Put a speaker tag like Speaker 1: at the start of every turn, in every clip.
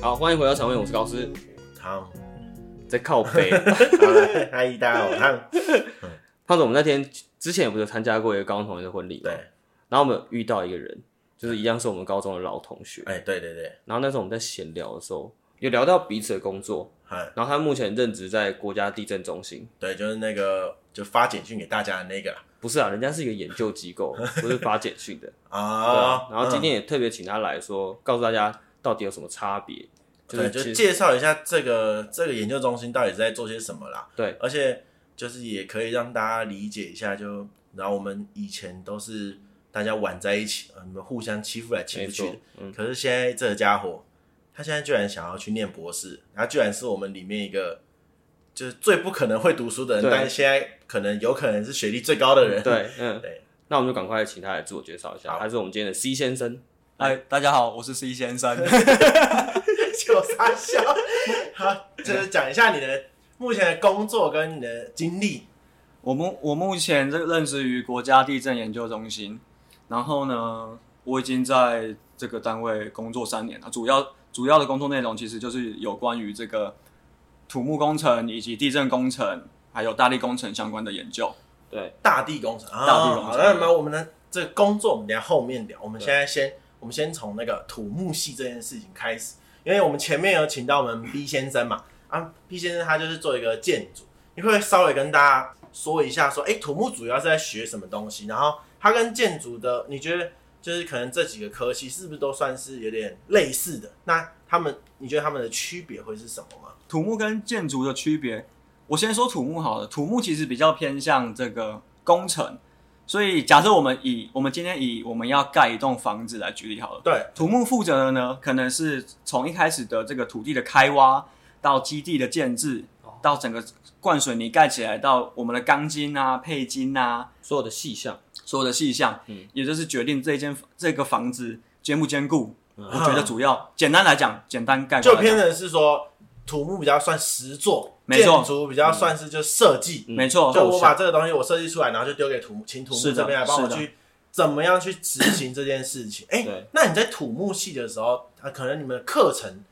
Speaker 1: 好，欢迎回到常温，我是高斯，
Speaker 2: 好，
Speaker 1: 在靠 北。
Speaker 2: 好了，阿姨大家好，汤，
Speaker 1: 胖子，我们那天之前不是参加过一个高中同学的婚礼，
Speaker 2: 对，
Speaker 1: 然后我们有遇到一个人，就是一样是我们高中的老同学，
Speaker 2: 哎，对对对，
Speaker 1: 然后那时候我们在闲聊的时候，有聊到彼此的工作，
Speaker 2: 哎，
Speaker 1: 然后他目前任职在国家地震中心，
Speaker 2: 对，就是那个就发简讯给大家的那个啦
Speaker 1: 不是啊，人家是一个研究机构， 不是发简讯的，对啊
Speaker 2: 啊，
Speaker 1: 然后今天也特别请他来说，告诉大家到底有什么差别，就
Speaker 2: 对，
Speaker 1: 是
Speaker 2: 就
Speaker 1: 其实
Speaker 2: 介绍一下这个这个研究中心到底是在做些什么啦。
Speaker 1: 对，
Speaker 2: 而且就是也可以让大家理解一下就，然后我们以前都是大家玩在一起，呃你们互相欺负来欺
Speaker 1: 没
Speaker 2: 负
Speaker 1: 错嗯
Speaker 2: 去的。可是现在这个家伙，他现在居然想要去念博士，他居然是我们里面一个就是最不可能会读书的人，
Speaker 1: 对
Speaker 2: 但是现在可能有可能是学历最高的人。
Speaker 1: 对，嗯，
Speaker 2: 对，
Speaker 1: 那我们就赶快请他来自我介绍一下，
Speaker 2: 好
Speaker 1: 他是我们今天的 C 先生，
Speaker 3: 嗨，哎大家好，我是 C 先生。
Speaker 2: 就傻笑。好，就是讲一下你的目前的工作跟你的经历。
Speaker 3: 我目我目前这任职于国家地震研究中心，然后呢，我已经在这个单位工作三年了。主要主要的工作内容其实就是有关于这个土木工程以及地震工程，还有大力工程相关的研究。
Speaker 1: 对，
Speaker 2: 大地工程，
Speaker 3: 大地工程
Speaker 2: 啊好那么我们的这个工作，我们等一下后面聊。我们现在先，我们先从那个土木系这件事情开始，因为我们前面有请到我们 B 先生嘛，啊，B 先生他就是做一个建筑，你会不会稍微跟大家说一下说，哎、土木主要是在学什么东西？然后它跟建筑的，你觉得就是可能这几个科系是不是都算是有点类似的？那他们，你觉得他们的区别会是什么吗？
Speaker 3: 土木跟建筑的区别，我先说土木好了。土木其实比较偏向这个工程，所以假设我们以我们今天以我们要盖一栋房子来举例好了。
Speaker 2: 对，
Speaker 3: 土木负责的呢，可能是从一开始的这个土地的开挖，到基地的建制，
Speaker 2: 哦
Speaker 3: 到整个灌水泥盖起来，到我们的钢筋啊、配筋啊，
Speaker 1: 所有的细项，
Speaker 3: 所有的细项，
Speaker 1: 嗯
Speaker 3: 也就是决定这间这个房子坚不坚固。
Speaker 1: 嗯
Speaker 3: 我觉得 主要简单来讲，简单概括
Speaker 2: 就
Speaker 3: 来讲
Speaker 2: 偏的是说土木比较算实作，
Speaker 3: 没错
Speaker 2: 建筑比较算是就设计。
Speaker 3: 没错，
Speaker 2: 嗯就我把这个东西我设计出来，然后就丢给土木，请土木
Speaker 3: 是的
Speaker 2: 这边来帮我
Speaker 3: 是的
Speaker 2: 去怎么样去执行这件事 情。哎、
Speaker 1: 对
Speaker 2: 那你在土木系的时候，啊，可能你们的课程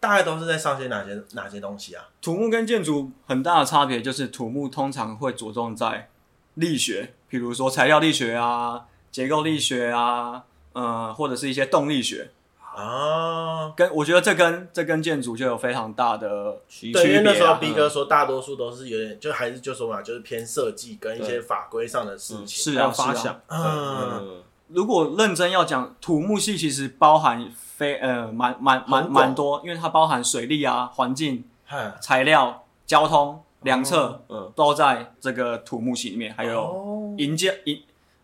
Speaker 2: 大概都是在上些哪些哪些东西啊？
Speaker 3: 土木跟建筑很大的差别就是，土木通常会着重在力学，比如说材料力学啊、结构力学啊，呃，或者是一些动力学。
Speaker 2: 啊，
Speaker 3: 跟我觉得这跟这跟建筑就有非常大的
Speaker 1: 区
Speaker 2: 对，因为那时候
Speaker 3: 区别
Speaker 2: B
Speaker 3: 啊
Speaker 2: 哥说，大多数都是有点，就还是就说嘛，就是偏设计跟一些法规上的事情。
Speaker 3: 是
Speaker 1: 还
Speaker 3: 啊
Speaker 1: 有发
Speaker 3: 是啊
Speaker 1: 想，
Speaker 2: 啊
Speaker 1: 嗯，
Speaker 3: 如果认真要讲，土木系其实包含非呃蛮蛮蛮
Speaker 2: 很广
Speaker 3: 蛮多，因为它包含水利啊、环境、
Speaker 2: 嗨
Speaker 3: 材料、交通、量测，呃
Speaker 1: 嗯
Speaker 3: 都在这个土木系里面，还有
Speaker 2: 哦
Speaker 3: 营建营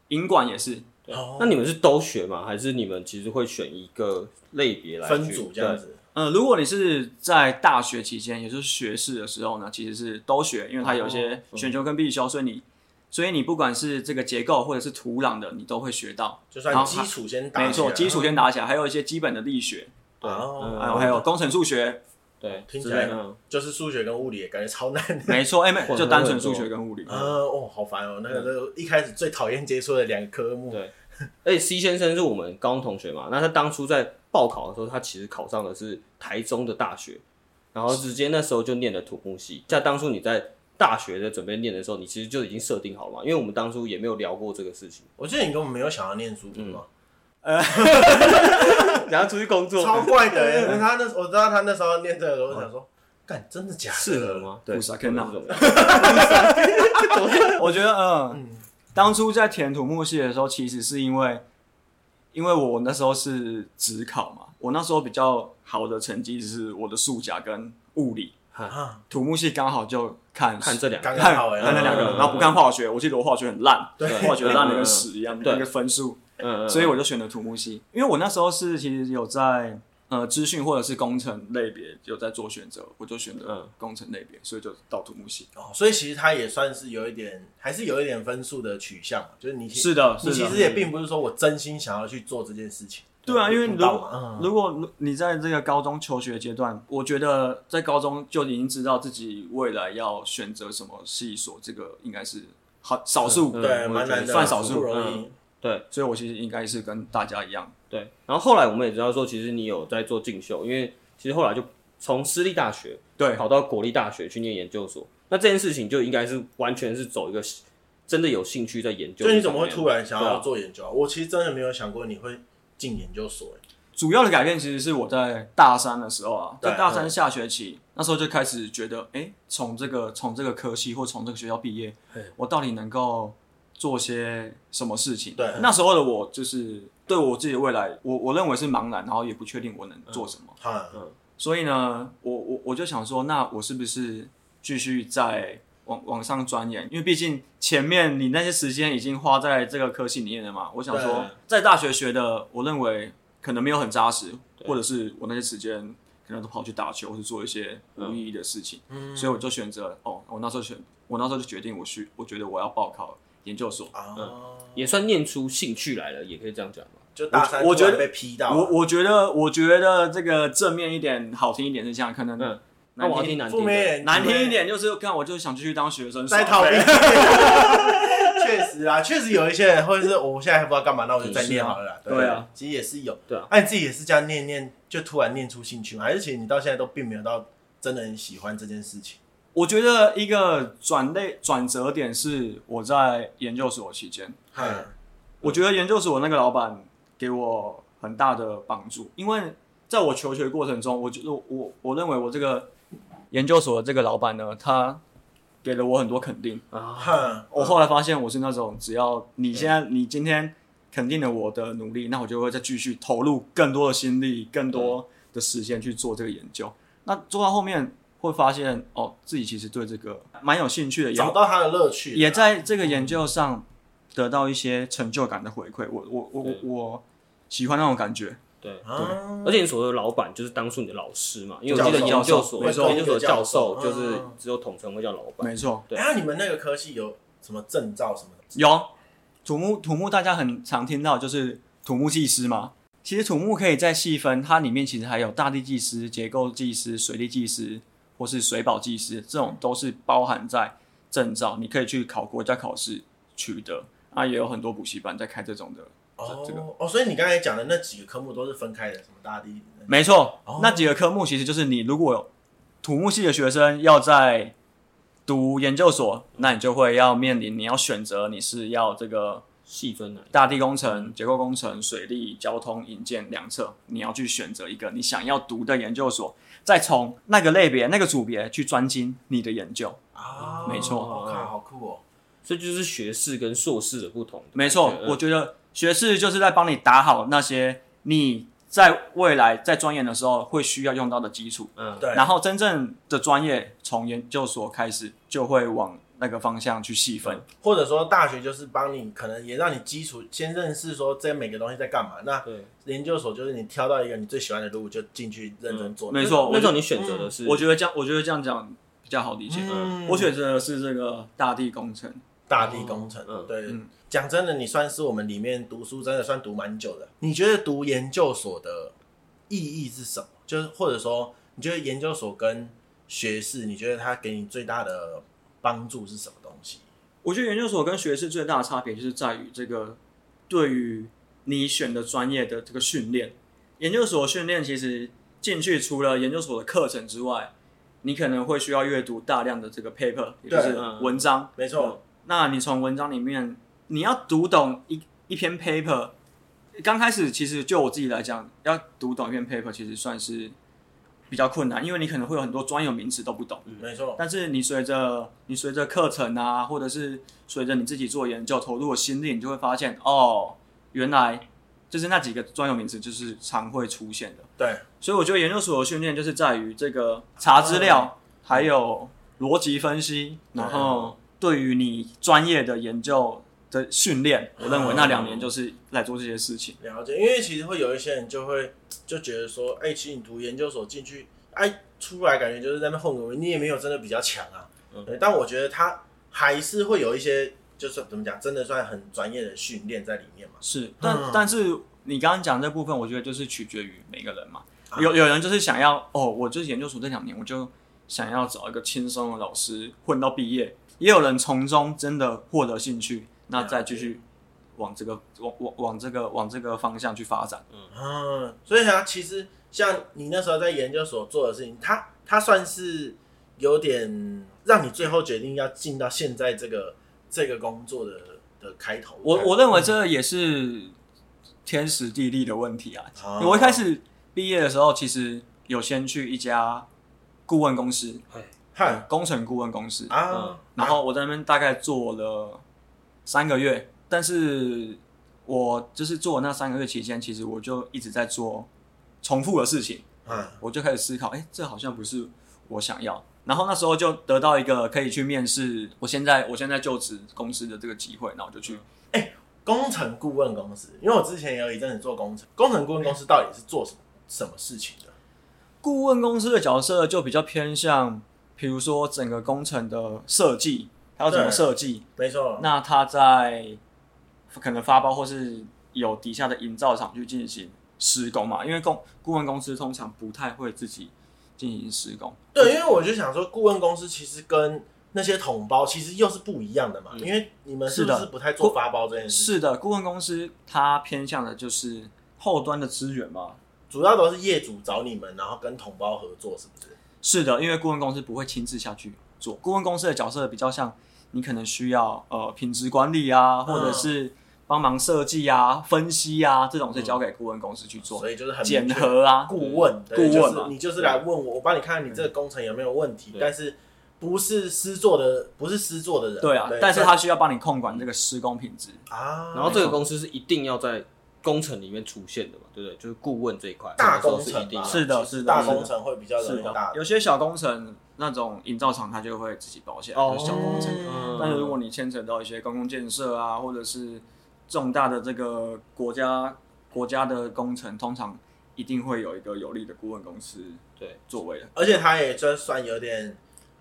Speaker 3: 营管也是。
Speaker 2: 哦
Speaker 1: 那你们是都学吗？还是你们其实会选一个类别来去
Speaker 2: 分组这样？子，
Speaker 3: 呃，如果你是在大学期间，也就是学士的时候呢，其实是都学，因为它有一
Speaker 2: 哦
Speaker 3: 些
Speaker 2: 嗯
Speaker 3: 选修跟必修，所以你所以你不管是这个结构或者是土壤的，你都会学到。
Speaker 2: 就
Speaker 3: 然
Speaker 2: 算
Speaker 3: 后
Speaker 2: 基础先打起来，
Speaker 3: 没错，基础先打起来，还有一些基本的力学，
Speaker 1: 对，
Speaker 2: 哦
Speaker 1: 嗯
Speaker 3: 还有还有工程数学，
Speaker 1: 对，
Speaker 2: 听起来
Speaker 1: 之类的
Speaker 2: 就是数学跟物理也感觉超难的。
Speaker 3: 没错， 哎，没
Speaker 1: 混合
Speaker 3: 就单纯数学跟物理。
Speaker 2: 呃， 哦，好烦哦，那个是一开始最讨厌接触的两个科目
Speaker 1: 对。而且哎 C 先生是我们高中同学嘛，那他当初在报考的时候，他其实考上的是台中的大学，然后直接那时候就念了土木系。在当初你在大学的准备念的时候，你其实就已经设定好了嘛，因为我们当初也没有聊过这个事 情，
Speaker 2: 我记得你根本没有想要念书，对吗？
Speaker 1: 然后出去工作
Speaker 2: 超怪的欸。那他那我知道他那时候念这个，我想说，干，真的假的？
Speaker 1: 适合？吗？对，
Speaker 3: 不是啊天哪
Speaker 1: 这种
Speaker 3: 我觉得，嗯，当初在填土木系的时候，其实是因为因为我那时候是职考嘛，我那时候比较好的成绩是我的数甲跟物理，
Speaker 2: 啊，
Speaker 3: 土木系刚好就看
Speaker 1: 看这两个
Speaker 2: 刚刚
Speaker 3: 看
Speaker 2: 好哎，
Speaker 3: 看那两个，
Speaker 1: 嗯
Speaker 3: 然后不看化学，我记得我化学很烂，
Speaker 2: 对
Speaker 3: 化学烂的跟屎一样，那个分数，
Speaker 1: 嗯，嗯
Speaker 3: 所以我就选了土木系，因为我那时候是其实有在呃资讯或者是工程类别有在做选择，我就选
Speaker 1: 嗯
Speaker 3: 择工程类别，所以就到土木系。
Speaker 2: 哦，所以其实他也算是有一点，还是有一点分数的取向嘛，就是你
Speaker 3: 是的，是
Speaker 2: 你
Speaker 3: 的。
Speaker 2: 其实也并不是说我真心想要去做这件事情。
Speaker 3: 对啊，因为
Speaker 2: 你
Speaker 3: 如
Speaker 2: 懂吗
Speaker 3: 果
Speaker 2: 嗯
Speaker 3: 如果你在这个高中求学阶段，我觉得在高中就已经知道自己未来要选择什么系所，这个应该是很少数，
Speaker 1: 嗯
Speaker 2: 对，
Speaker 1: 我
Speaker 2: 蛮
Speaker 1: 觉得
Speaker 2: 难的，啊
Speaker 3: 算少
Speaker 2: 不
Speaker 3: 数。
Speaker 2: 容易
Speaker 1: 嗯。对。
Speaker 3: 所以我其实应该是跟大家一样，
Speaker 1: 对，然后后来我们也知道说，其实你有在做进修，因为其实后来就从私立大学
Speaker 3: 对
Speaker 1: 考到国立大学去念研究所。那这件事情就应该是完全是走一个真的有兴趣在研究。
Speaker 2: 就你怎么会突
Speaker 1: 然？
Speaker 2: 然想要做研究啊？我其实真的没有想过你会进研究所、欸，
Speaker 3: 主要的改变其实是我在大三的时候啊，
Speaker 2: 对
Speaker 3: 在大三下学期那时候就开始觉得，哎，从这个从这个科系或从这个学校毕业
Speaker 1: 嘿，
Speaker 3: 我到底能够做些什么事情？
Speaker 2: 对
Speaker 3: 那时候的我就是对我自己的未来，我我认为是茫然，然后也不确定我能
Speaker 2: 嗯
Speaker 3: 做什么。
Speaker 2: 哈、
Speaker 3: 所以呢，我我我就想说，那我是不是继续在往往上钻研？因为毕竟前面你那些时间已经花在这个科系里面了嘛。我想
Speaker 2: 对
Speaker 3: 说，在大学学的，我认为可能没有很扎实，或者是我那些时间可能都跑去打球，或是做一些无意义的事情。
Speaker 2: 嗯
Speaker 3: 所以我就选择，哦，我那时候选，我那时候就决定，我去，我觉得我要报考研究所。
Speaker 2: 啊，
Speaker 1: 也算念出兴趣来了，也可以这样讲吧。
Speaker 2: 就大三
Speaker 3: 我我觉得
Speaker 2: 突然被批到啊，
Speaker 3: 我我觉得，我觉得这个正面一点、好听一点是这样，可能
Speaker 1: 嗯那
Speaker 3: 难
Speaker 1: 我要
Speaker 3: 听
Speaker 1: 听难
Speaker 2: 负
Speaker 1: 听
Speaker 2: 面
Speaker 1: 的。
Speaker 2: 人
Speaker 3: 难听一，点就是，看我就想继续当学生，
Speaker 2: 在
Speaker 3: 爽
Speaker 2: 逃避
Speaker 3: 呗。
Speaker 2: 确实 啊，确实有一些人或者是我现在还不知道干嘛，那我就再念好了啦。
Speaker 3: 对啊，
Speaker 2: 其实也是有。
Speaker 1: 对啊，
Speaker 2: 那、你自己也是这样念念，就突然念出兴趣吗？还是其实你到现在都并没有到真的很喜欢这件事情？
Speaker 3: 我觉得一个转类转折点是我在研究所期间，
Speaker 2: 嗯，
Speaker 3: 我觉得研究所那个老板给我很大的帮助，因为在我求学过程中，我觉得我我认为我这个研究所的这个老板呢，他给了我很多肯定。
Speaker 1: 啊，
Speaker 2: 哼，
Speaker 3: 我后来发现我是那种只要你现在你今天肯定了我的努力，那我就会再继续投入更多的心力、更多的时间去做这个研究。那做到后面会发现哦，自己其实对这个蛮有兴趣的，
Speaker 2: 找
Speaker 3: 也
Speaker 2: 到他的乐趣了，
Speaker 3: 也在这个研究上得到一些成就感的回馈。我我我我
Speaker 1: 对
Speaker 3: 我喜欢那种感觉，
Speaker 1: 对。
Speaker 2: 啊，
Speaker 1: 而且你所谓的老板就是当初你的老师嘛，因为
Speaker 3: 教
Speaker 1: 我
Speaker 3: 授
Speaker 1: 记得研究所
Speaker 2: 没错
Speaker 1: 研究所的教授
Speaker 2: 嗯
Speaker 1: 就是只有统称会叫老板。
Speaker 3: 没错，
Speaker 1: 对
Speaker 2: 然啊后你们那个科系有什么证照什么的？
Speaker 3: 有土木土木大家很常听到就是土木技师嘛。其实土木可以再细分，它里面其实还有大地技师、结构技师、水利技师或是水保技师，这种都是包含在证照，你可以去考国家考试取得。啊，也有很多补习班在开这种的，这这个
Speaker 2: 哦哦，所以你刚才讲的那几个科目都是分开的，什么大地，
Speaker 3: 没错
Speaker 2: 哦，
Speaker 3: 那几个科目其实就是你如果有土木系的学生要在读研究所，那你就会要面临你要选择你是要这个
Speaker 1: 细分哪一
Speaker 3: 大地工程、结构工程、水利、交通、引建、两侧，你要去选择一个你想要读的研究所，再从那个类别、那个组别去专精你的研究。
Speaker 2: 啊，
Speaker 3: 没错
Speaker 2: 我靠，好酷哦，
Speaker 1: 所以就是学士跟硕士的不同。
Speaker 3: 没错，
Speaker 1: 对
Speaker 3: 我觉得学士就是在帮你打好那些你在未来在钻研的时候会需要用到的基础，
Speaker 1: 嗯，
Speaker 2: 对，
Speaker 3: 然后真正的专业从研究所开始就会往那个方向去细分。
Speaker 1: 嗯
Speaker 2: 或者说大学就是帮你，可能也让你基础先认识说这每个东西在干嘛。那
Speaker 1: 对，
Speaker 2: 研究所就是你挑到一个你最喜欢的路，就进去认真做。
Speaker 3: 嗯没错
Speaker 1: 那
Speaker 3: 我
Speaker 1: 种你选择的是，
Speaker 3: 我觉得这样，我觉得这样讲比较好理解。
Speaker 2: 嗯
Speaker 3: 我选择的是这个大地工程。
Speaker 2: 大地工程，
Speaker 1: 嗯
Speaker 2: 对
Speaker 3: 嗯，
Speaker 2: 讲、真的，你算是我们里面读书真的算读蛮久的。你觉得读研究所的意义是什么？就是或者说，你觉得研究所跟学士，你觉得它给你最大的帮助是什么东西？
Speaker 3: 我觉得研究所跟学士最大的差别就是在于这个对于你选的专业的这个训练。研究所训练其实进去除了研究所的课程之外，你可能会需要阅读大量的这个 paper，也就是
Speaker 1: 嗯
Speaker 3: 文章。
Speaker 2: 没错，
Speaker 3: 那你从文章里面，你要读懂一一篇 paper，刚开始其实就我自己来讲，要读懂一篇 paper 其实算是比较困难，因为你可能会有很多专有名词都不懂。
Speaker 1: 嗯
Speaker 2: 没错，
Speaker 3: 但是你随着你随着课程啊，或者是随着你自己做研究投入的心力，你就会发现哦，原来就是那几个专有名词就是常会出现的。
Speaker 2: 对，
Speaker 3: 所以我觉得研究所的训练就是在于这个查资
Speaker 2: 嗯
Speaker 3: 料，还有逻辑分析，然后对于你专业的研究的训练，我认为那两年就是来做这些事情。
Speaker 2: 了解，因为其实会有一些人就会就觉得说，哎、其实你读研究所进去，哎、出来感觉就是在那边混个，你也没有真的比较强啊。
Speaker 3: 嗯
Speaker 2: 对，但我觉得他还是会有一些，就是怎么讲，真的算很专业的训练在里面嘛。
Speaker 3: 是，但、
Speaker 2: 嗯
Speaker 3: 但是你刚刚讲这部分，我觉得就是取决于每个人嘛。有有人就是想要哦，我就是研究所这两年，我就想要找一个轻松的老师混到毕业。也有人从中真的获得兴趣，那再继续往这个往往往这个往这个方向去发展。
Speaker 2: 嗯，所以啊，其实像你那时候在研究所做的事情，它它算是有点让你最后决定要进到现在这个这个工作的的开头。
Speaker 3: 我我认为这也是天时地利的问题啊。
Speaker 2: 啊
Speaker 3: 我一开始毕业的时候，其实有先去一家顾问公司，
Speaker 1: 哎
Speaker 3: 呃
Speaker 2: 看
Speaker 3: 工程顾问公司，
Speaker 2: 啊，
Speaker 3: 然后我在那边大概做了三个月，但是我就是做那三个月期间，其实我就一直在做重复的事情，
Speaker 2: 嗯
Speaker 3: 我就开始思考，哎，这好像不是我想要。然后那时候就得到一个可以去面试，我现在我现在就职公司的这个机会，那我就去。
Speaker 2: 工程顾问公司，因为我之前也有一阵子做工程，工程顾问公司到底是做什么什么事情的？
Speaker 3: 顾问公司的角色就比较偏向，比如说整个工程的设计，还有怎么
Speaker 2: 对
Speaker 3: 设计，
Speaker 2: 没错，
Speaker 3: 那他在可能发包或是有底下的营造厂去进行施工嘛？因为公顾问公司通常不太会自己进行施工。
Speaker 2: 对，因为我就想说，顾问公司其实跟那些统包其实又是不一样的嘛，因为你们是不
Speaker 3: 嗯是
Speaker 2: 是
Speaker 3: 的
Speaker 2: 不太做发包这件事？
Speaker 3: 是的，顾问公司它偏向的就是后端的资源嘛。
Speaker 2: 主要都是业主找你们，然后跟统包合作，是不是？
Speaker 3: 是的，因为顾问公司不会亲自下去做，顾问公司的角色比较像你可能需要呃品质管理啊，或者是
Speaker 2: 嗯
Speaker 3: 帮忙设计啊、分析啊这种是交给顾问公司去做，
Speaker 2: 所以就是很
Speaker 3: 检
Speaker 2: 明确
Speaker 3: 核啊。
Speaker 2: 顾问，对
Speaker 3: 顾问
Speaker 2: 就是
Speaker 3: 嘛嗯
Speaker 2: 你就是来问我，我帮你看看你这个工程有没有问题，
Speaker 1: 对
Speaker 2: 但是不是施作的，不是施作的人，
Speaker 3: 对啊，但是他需要帮你控管这个施工品质。
Speaker 2: 啊，
Speaker 1: 然后这个公司是一定要在工程里面出现的嘛，对不对？就是顾问这一块，
Speaker 2: 大
Speaker 1: 那时候
Speaker 2: 工
Speaker 1: 是
Speaker 2: 程
Speaker 1: 一定
Speaker 2: 吧
Speaker 1: 要
Speaker 3: 是的，是的，
Speaker 2: 大
Speaker 3: 是的
Speaker 2: 工程会比较容易大
Speaker 3: 有些小工程那种营造厂，它就会自己包下来，
Speaker 1: 哦
Speaker 3: 就是小工程。
Speaker 1: 嗯
Speaker 3: 但是如果你牵扯到一些公共建设啊，或者是重大的这个国家国家的工程，通常一定会有一个有力的顾问公司
Speaker 1: 对
Speaker 3: 作为的。
Speaker 2: 而且他也就算有点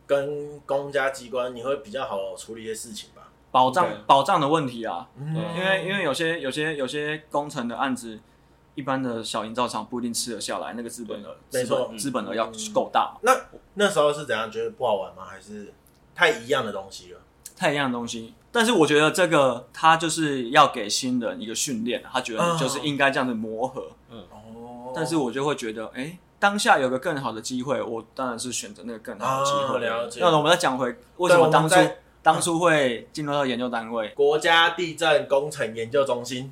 Speaker 2: 跟公家机关，你会比较好处理一些事情吧，
Speaker 3: 保障
Speaker 1: OK
Speaker 3: 保障的问题啊，
Speaker 1: 嗯
Speaker 3: 因为因为有些有些有些工程的案子，一般的小营造厂不一定吃得下来，那个资本额
Speaker 2: 对
Speaker 3: 资
Speaker 2: 没错
Speaker 3: 本资本额要够大嘛。
Speaker 2: 那那时候是怎样？觉得不好玩吗？还是太一样的东西了？
Speaker 3: 太一样的东西。但是我觉得这个他就是要给新人一个训练，他觉得你就是应该这样的磨合。
Speaker 2: 哦
Speaker 3: 但是我就会觉得，哎、当下有个更好的机会，我当然是选择那个更好的机
Speaker 2: 啊，
Speaker 3: 会。
Speaker 2: 了解。
Speaker 3: 那我们再讲回为什么当初
Speaker 2: 对我们在
Speaker 3: 当初会进入到研究单位，
Speaker 2: 国家地震工程研究中心，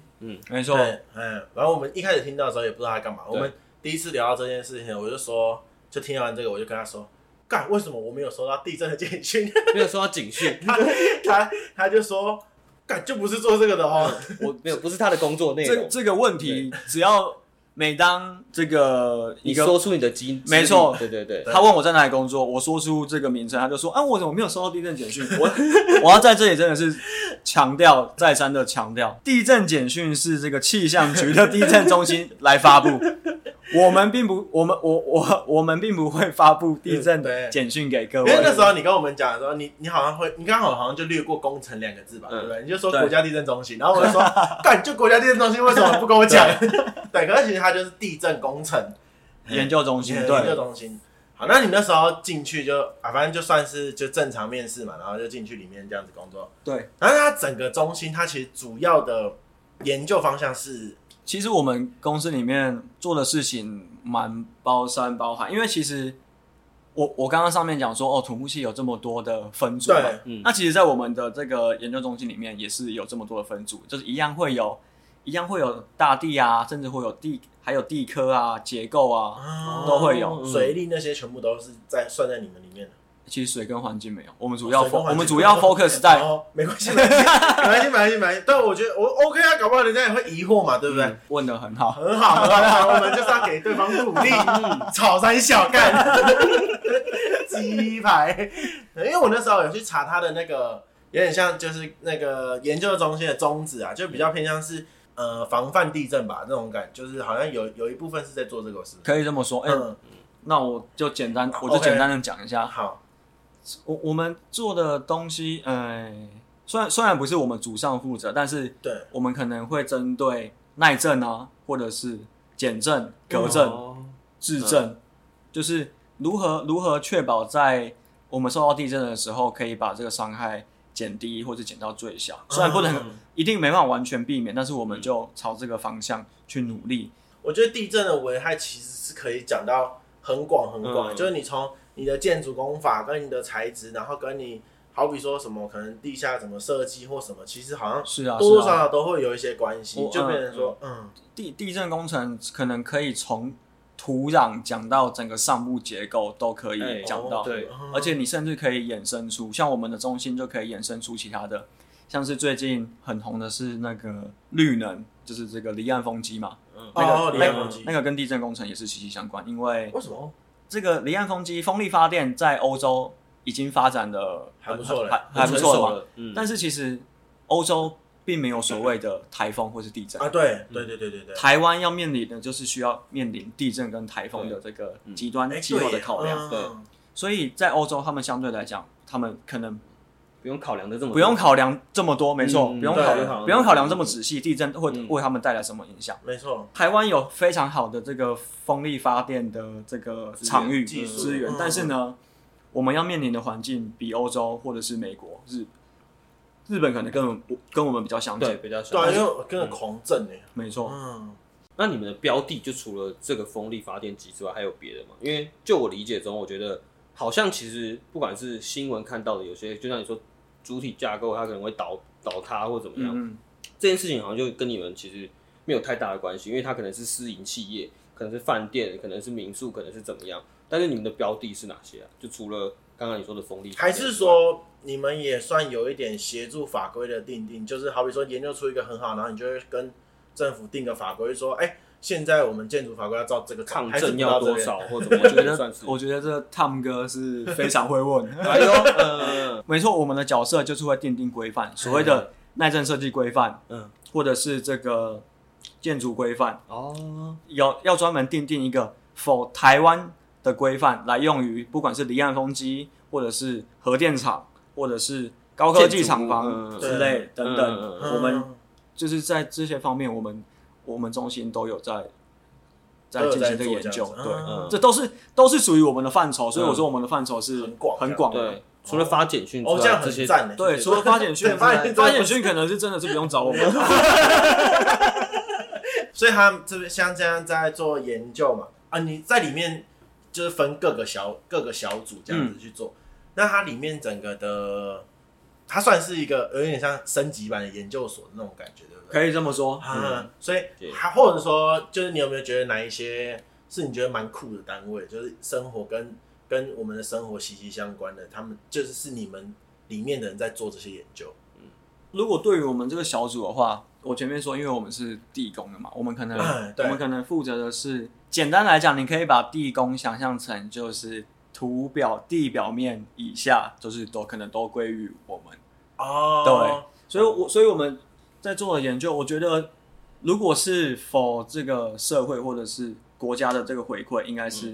Speaker 3: 没错，
Speaker 2: 对，嗯，然后我们一开始听到的时候也不知道他干嘛。我
Speaker 1: 对
Speaker 2: 们第一次聊到这件事情，我就说，就听完这个，我就跟他说，干，为什么我没有收到地震的简讯？
Speaker 1: 没有说到警 讯，
Speaker 2: 他他他就说，干，就不是做这个的哦。
Speaker 1: 我没有，不是他的工作内
Speaker 3: 这
Speaker 1: 容。
Speaker 3: 这个问题，只要每当这个
Speaker 1: 你
Speaker 3: 一个
Speaker 1: 说出你的基，
Speaker 3: 没错
Speaker 1: 对对对，
Speaker 3: 他问我在哪里工作，我说出这个名称，他就说：“啊，我怎么没有收到地震简讯？”我我要在这里真的是强调再三的强调，地震简讯是这个气象局的地震中心来发布，我们并不，我们我我我们并不会发布地震
Speaker 2: 对
Speaker 3: 简讯给各
Speaker 2: 因
Speaker 3: 位。
Speaker 2: 为那时候你跟我们讲的时候，你你好像会，你刚好好像就略过工程两个字吧，
Speaker 1: 嗯
Speaker 2: 对不对？你就说
Speaker 3: 对
Speaker 2: 国家地震中心，然后我就说，干，就国家地震中心，为什么不跟我讲？ 对，可是其实它就是地震工程
Speaker 3: 研究中心
Speaker 2: 研究
Speaker 3: 对，
Speaker 2: 中心。好，那你那时候进去就啊，反正就算是就正常面试嘛，然后就进去里面这样子工作。
Speaker 3: 对，
Speaker 2: 然后它整个中心，它其实主要的研究方向是，
Speaker 3: 其实我们公司里面做的事情蛮包山包海，因为其实我我刚刚上面讲说，哦，土木系有这么多的分组嘛，
Speaker 2: 对
Speaker 1: 嗯
Speaker 3: 那其实，在我们的这个研究中心里面，也是有这么多的分组，就是一样会有，一样会有大地啊，甚至会有地，还有地科啊、结构啊。
Speaker 2: 哦
Speaker 3: 都会有
Speaker 2: 水利那些全部都是在算在你们里面的。
Speaker 3: 其实水跟环境没有，我们主
Speaker 2: 哦
Speaker 3: 要
Speaker 2: 水跟
Speaker 3: fo-
Speaker 2: 环
Speaker 3: 我
Speaker 2: 境
Speaker 3: 们主要 focus 在
Speaker 2: 哦，没关系，没关系，没关系，没关系，没关系。但我觉得我 OK 啊，搞不好人家也会疑惑嘛，对不对？
Speaker 3: 问的很好，
Speaker 2: 很好，很好，我们就是要给对方鼓励，
Speaker 3: 嗯
Speaker 2: 草山小干， 鸡排。因为我那时候有去查他的那个，有点像就是那个研究中心的宗旨啊，就比较偏向是呃防范地震吧那种感觉，就是好像有有一部分是在做这个事。
Speaker 3: 可以这么说。哎、
Speaker 2: 嗯，
Speaker 3: 那我就简单，我就
Speaker 2: OK
Speaker 3: 简单的讲一下，
Speaker 2: 好，
Speaker 3: 我我们做的东西，呃，虽然虽然不是我们主上负责，但是
Speaker 2: 对，
Speaker 3: 我们可能会针对耐震啊，或者是减震、隔震、
Speaker 1: 哦
Speaker 3: 质证，
Speaker 2: 嗯
Speaker 3: 就是如何如何确保在我们受到地震的时候，可以把这个伤害减低或者减到最小。虽然不能、
Speaker 2: 嗯
Speaker 3: 一定没办法完全避免，但是我们就朝这个方向去努力。
Speaker 2: 我觉得地震的危害其实是可以讲到很广很广，
Speaker 1: 嗯
Speaker 2: 就是你从你的建筑工法跟你的材质，然后跟你好比说什么可能地下怎么设计或什么，其实好像
Speaker 3: 是啊，
Speaker 2: 多多
Speaker 3: 是
Speaker 2: 少
Speaker 3: 啊。
Speaker 2: 少都会有一些关系，
Speaker 3: 我
Speaker 2: 就变成说，嗯，
Speaker 3: 地地震工程可能可以从土壤讲到整个上部结构都可
Speaker 1: 哎
Speaker 3: 以讲到，
Speaker 2: 哦
Speaker 1: 对
Speaker 2: 嗯
Speaker 3: 而且你甚至可以衍生出，像我们的中心就可以衍生出其他的，像是最近很红的是那个绿能，就是这个离岸风机嘛，那个
Speaker 2: 哦，离岸
Speaker 1: 那个
Speaker 2: 风机
Speaker 3: 那个跟地震工程也是息息相关，因为
Speaker 2: 为什么？
Speaker 3: 这个离岸风机风力发电在欧洲已经发展的
Speaker 2: 还不错嘞
Speaker 3: 还还
Speaker 1: 很
Speaker 3: 不
Speaker 1: 成
Speaker 3: 错
Speaker 1: 熟
Speaker 3: 了嘛，
Speaker 1: 了，嗯，
Speaker 3: 但是其实欧洲并没有所谓的台风或是地震
Speaker 2: 啊，对对对对对对，
Speaker 3: 台湾要面临的就是需要面临地震跟台风的这个极端
Speaker 2: 哎
Speaker 3: 气候嗯的考量，，
Speaker 2: 对耶
Speaker 1: 对
Speaker 2: 嗯
Speaker 3: 所以在欧洲，他们相对来讲，他们可能
Speaker 1: 不用考量的这么
Speaker 3: 不用考量这么多，没错，
Speaker 1: 嗯
Speaker 3: 不用
Speaker 2: 对
Speaker 3: 考
Speaker 2: 不用
Speaker 1: 考量
Speaker 3: 量，不用考量这么仔细，地震会
Speaker 1: 嗯
Speaker 3: 为他们带来什么影响。
Speaker 2: 没错，
Speaker 3: 台湾有非常好的这个风力发电的这个场域
Speaker 2: 资源技术
Speaker 3: 资源
Speaker 2: 嗯，
Speaker 3: 但是呢，我们要面临的环境比欧洲或者是美国、日日本可能跟我们跟我们比较相
Speaker 1: 对
Speaker 3: 近，
Speaker 1: 比较小
Speaker 2: 对。啊，因为我
Speaker 3: 嗯
Speaker 2: 跟着狂震哎，
Speaker 3: 没错。
Speaker 2: 嗯，
Speaker 1: 那你们的标的就除了这个风力发电机之外，还有别的吗？因为就我理解中，我觉得好像其实不管是新闻看到的，有些就像你说主体架构它可能会倒倒塌或怎么样，
Speaker 3: 嗯，
Speaker 1: 这件事情好像就跟你们其实没有太大的关系，因为它可能是私营企业，可能是饭店，可能是民宿，可能是怎么样。但是你们的标的是哪些啊？就除了刚刚你说的风力发
Speaker 2: 还
Speaker 1: 电之外，
Speaker 2: 是说你们也算有一点协助法规的定定，就是好比说研究出一个很好，然后你就会跟政府定个法规，说，哎，现在我们建筑法规要照这个走，
Speaker 1: 抗
Speaker 2: 还是
Speaker 1: 震
Speaker 2: 不
Speaker 1: 要
Speaker 2: 到这
Speaker 1: 多
Speaker 2: 边？
Speaker 1: 少或怎么
Speaker 3: 我
Speaker 1: 样？
Speaker 3: 觉
Speaker 1: 就算
Speaker 3: 得
Speaker 1: 是
Speaker 3: 我觉得这 Tom 哥是非常会问，
Speaker 1: 哎呦， 嗯
Speaker 3: 没错，我们的角色就是会奠定规范，所谓的耐震设计规范，
Speaker 1: 嗯，
Speaker 3: 或者是这个建筑规范，
Speaker 1: 哦，
Speaker 3: 要要专门奠定一个否台湾的规范来用于不管是离岸风机，或者是核电厂，或者是高科技厂
Speaker 1: 建筑
Speaker 3: 房
Speaker 1: 嗯
Speaker 3: 之类
Speaker 1: 对
Speaker 3: 等
Speaker 1: 嗯
Speaker 3: 等，
Speaker 2: 嗯
Speaker 3: 我们就是在这些方面，我们我们中心都有在在进行这个研究，对，
Speaker 1: 嗯
Speaker 3: 这都是都是属于我们的范畴，所以我说我们的范畴是
Speaker 2: 很广
Speaker 3: 很广的
Speaker 1: 对。，除了发简讯之
Speaker 2: 哦，这样
Speaker 1: 外，这
Speaker 2: 很
Speaker 1: 些
Speaker 2: 赞呢。
Speaker 3: 对，除了发简讯
Speaker 2: 对
Speaker 3: 之外，
Speaker 2: 发简讯
Speaker 3: 发简讯可能是真的是不用找我们。
Speaker 2: 所以他这边像这样在做研究嘛，啊，你在里面就是分各个小各个小组这样子去做。那它里面整个的，它算是一个有点像升级版的研究所的那种感觉，对不对？
Speaker 3: 可以这么说，嗯
Speaker 2: 啊，所以
Speaker 1: 对
Speaker 2: 还或者说，就是你有没有觉得哪一些是你觉得蛮酷的单位，就是生活跟跟我们的生活息息相关的，他们就是是你们里面的人在做这些研究。
Speaker 3: 如果对于我们这个小组的话，我前面说，因为我们是地工的嘛，我们可能、
Speaker 2: 嗯对
Speaker 3: 我们可能负责的是，简单来讲，你可以把地工想象成就是图表地表面以下，就是都可能都归于我们。
Speaker 2: 哦，
Speaker 3: 所以我，所以我们在做的研究，我觉得如果是否这个社会或者是国家的这个回馈，应该是、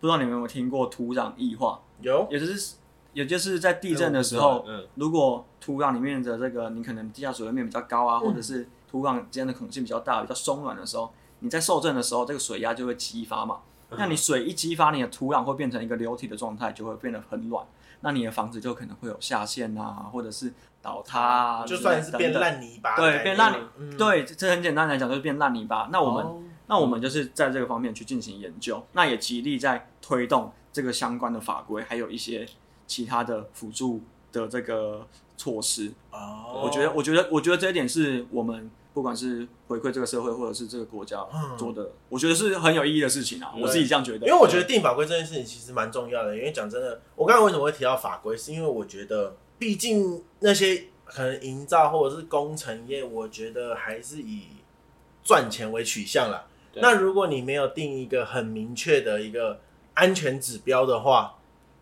Speaker 3: 不知道你们有没有听过土壤异化，
Speaker 2: 嗯有
Speaker 3: 也就是也就是在地震的时
Speaker 1: 哦
Speaker 3: 候，，
Speaker 1: 嗯，
Speaker 3: 如果土壤里面的这个你可能地下水位面比较高啊，
Speaker 2: 嗯
Speaker 3: 或者是土壤之间的孔性比较大、比较松软的时候，你在受震的时候，这个水压就会激发嘛。那你水一激发，你的土壤会变成一个流体的状态，就会变得很软。那你的房子就可能会有下陷啊，或者是倒塌啊，
Speaker 2: 哦就算是变
Speaker 3: 等等。
Speaker 2: 烂泥巴的概
Speaker 3: 对
Speaker 2: 念，
Speaker 3: 变烂泥
Speaker 2: 嗯，
Speaker 3: 对，这这很简单来讲，就是变烂泥巴。那我们、
Speaker 1: 哦
Speaker 3: 那我们就是在这个方面去进行研究，那也极力在推动这个相关的法规，还有一些其他的辅助的这个措施。
Speaker 2: 哦，
Speaker 3: 我觉得，我觉得，我觉得这一点是我们不管是回馈这个社会，或者是这个国家
Speaker 2: 嗯
Speaker 3: 做的，我觉得是很有意义的事情啊。
Speaker 1: 对
Speaker 3: 我自己这样觉得，
Speaker 2: 因为我觉得定法规这件事情其实蛮重要的。因为讲真的，我刚才为什么会提到法规，是因为我觉得，毕竟那些可能营造或者是工程业，我觉得还是以赚钱为取向啦。
Speaker 1: 对
Speaker 2: 那如果你没有定一个很明确的一个安全指标的话，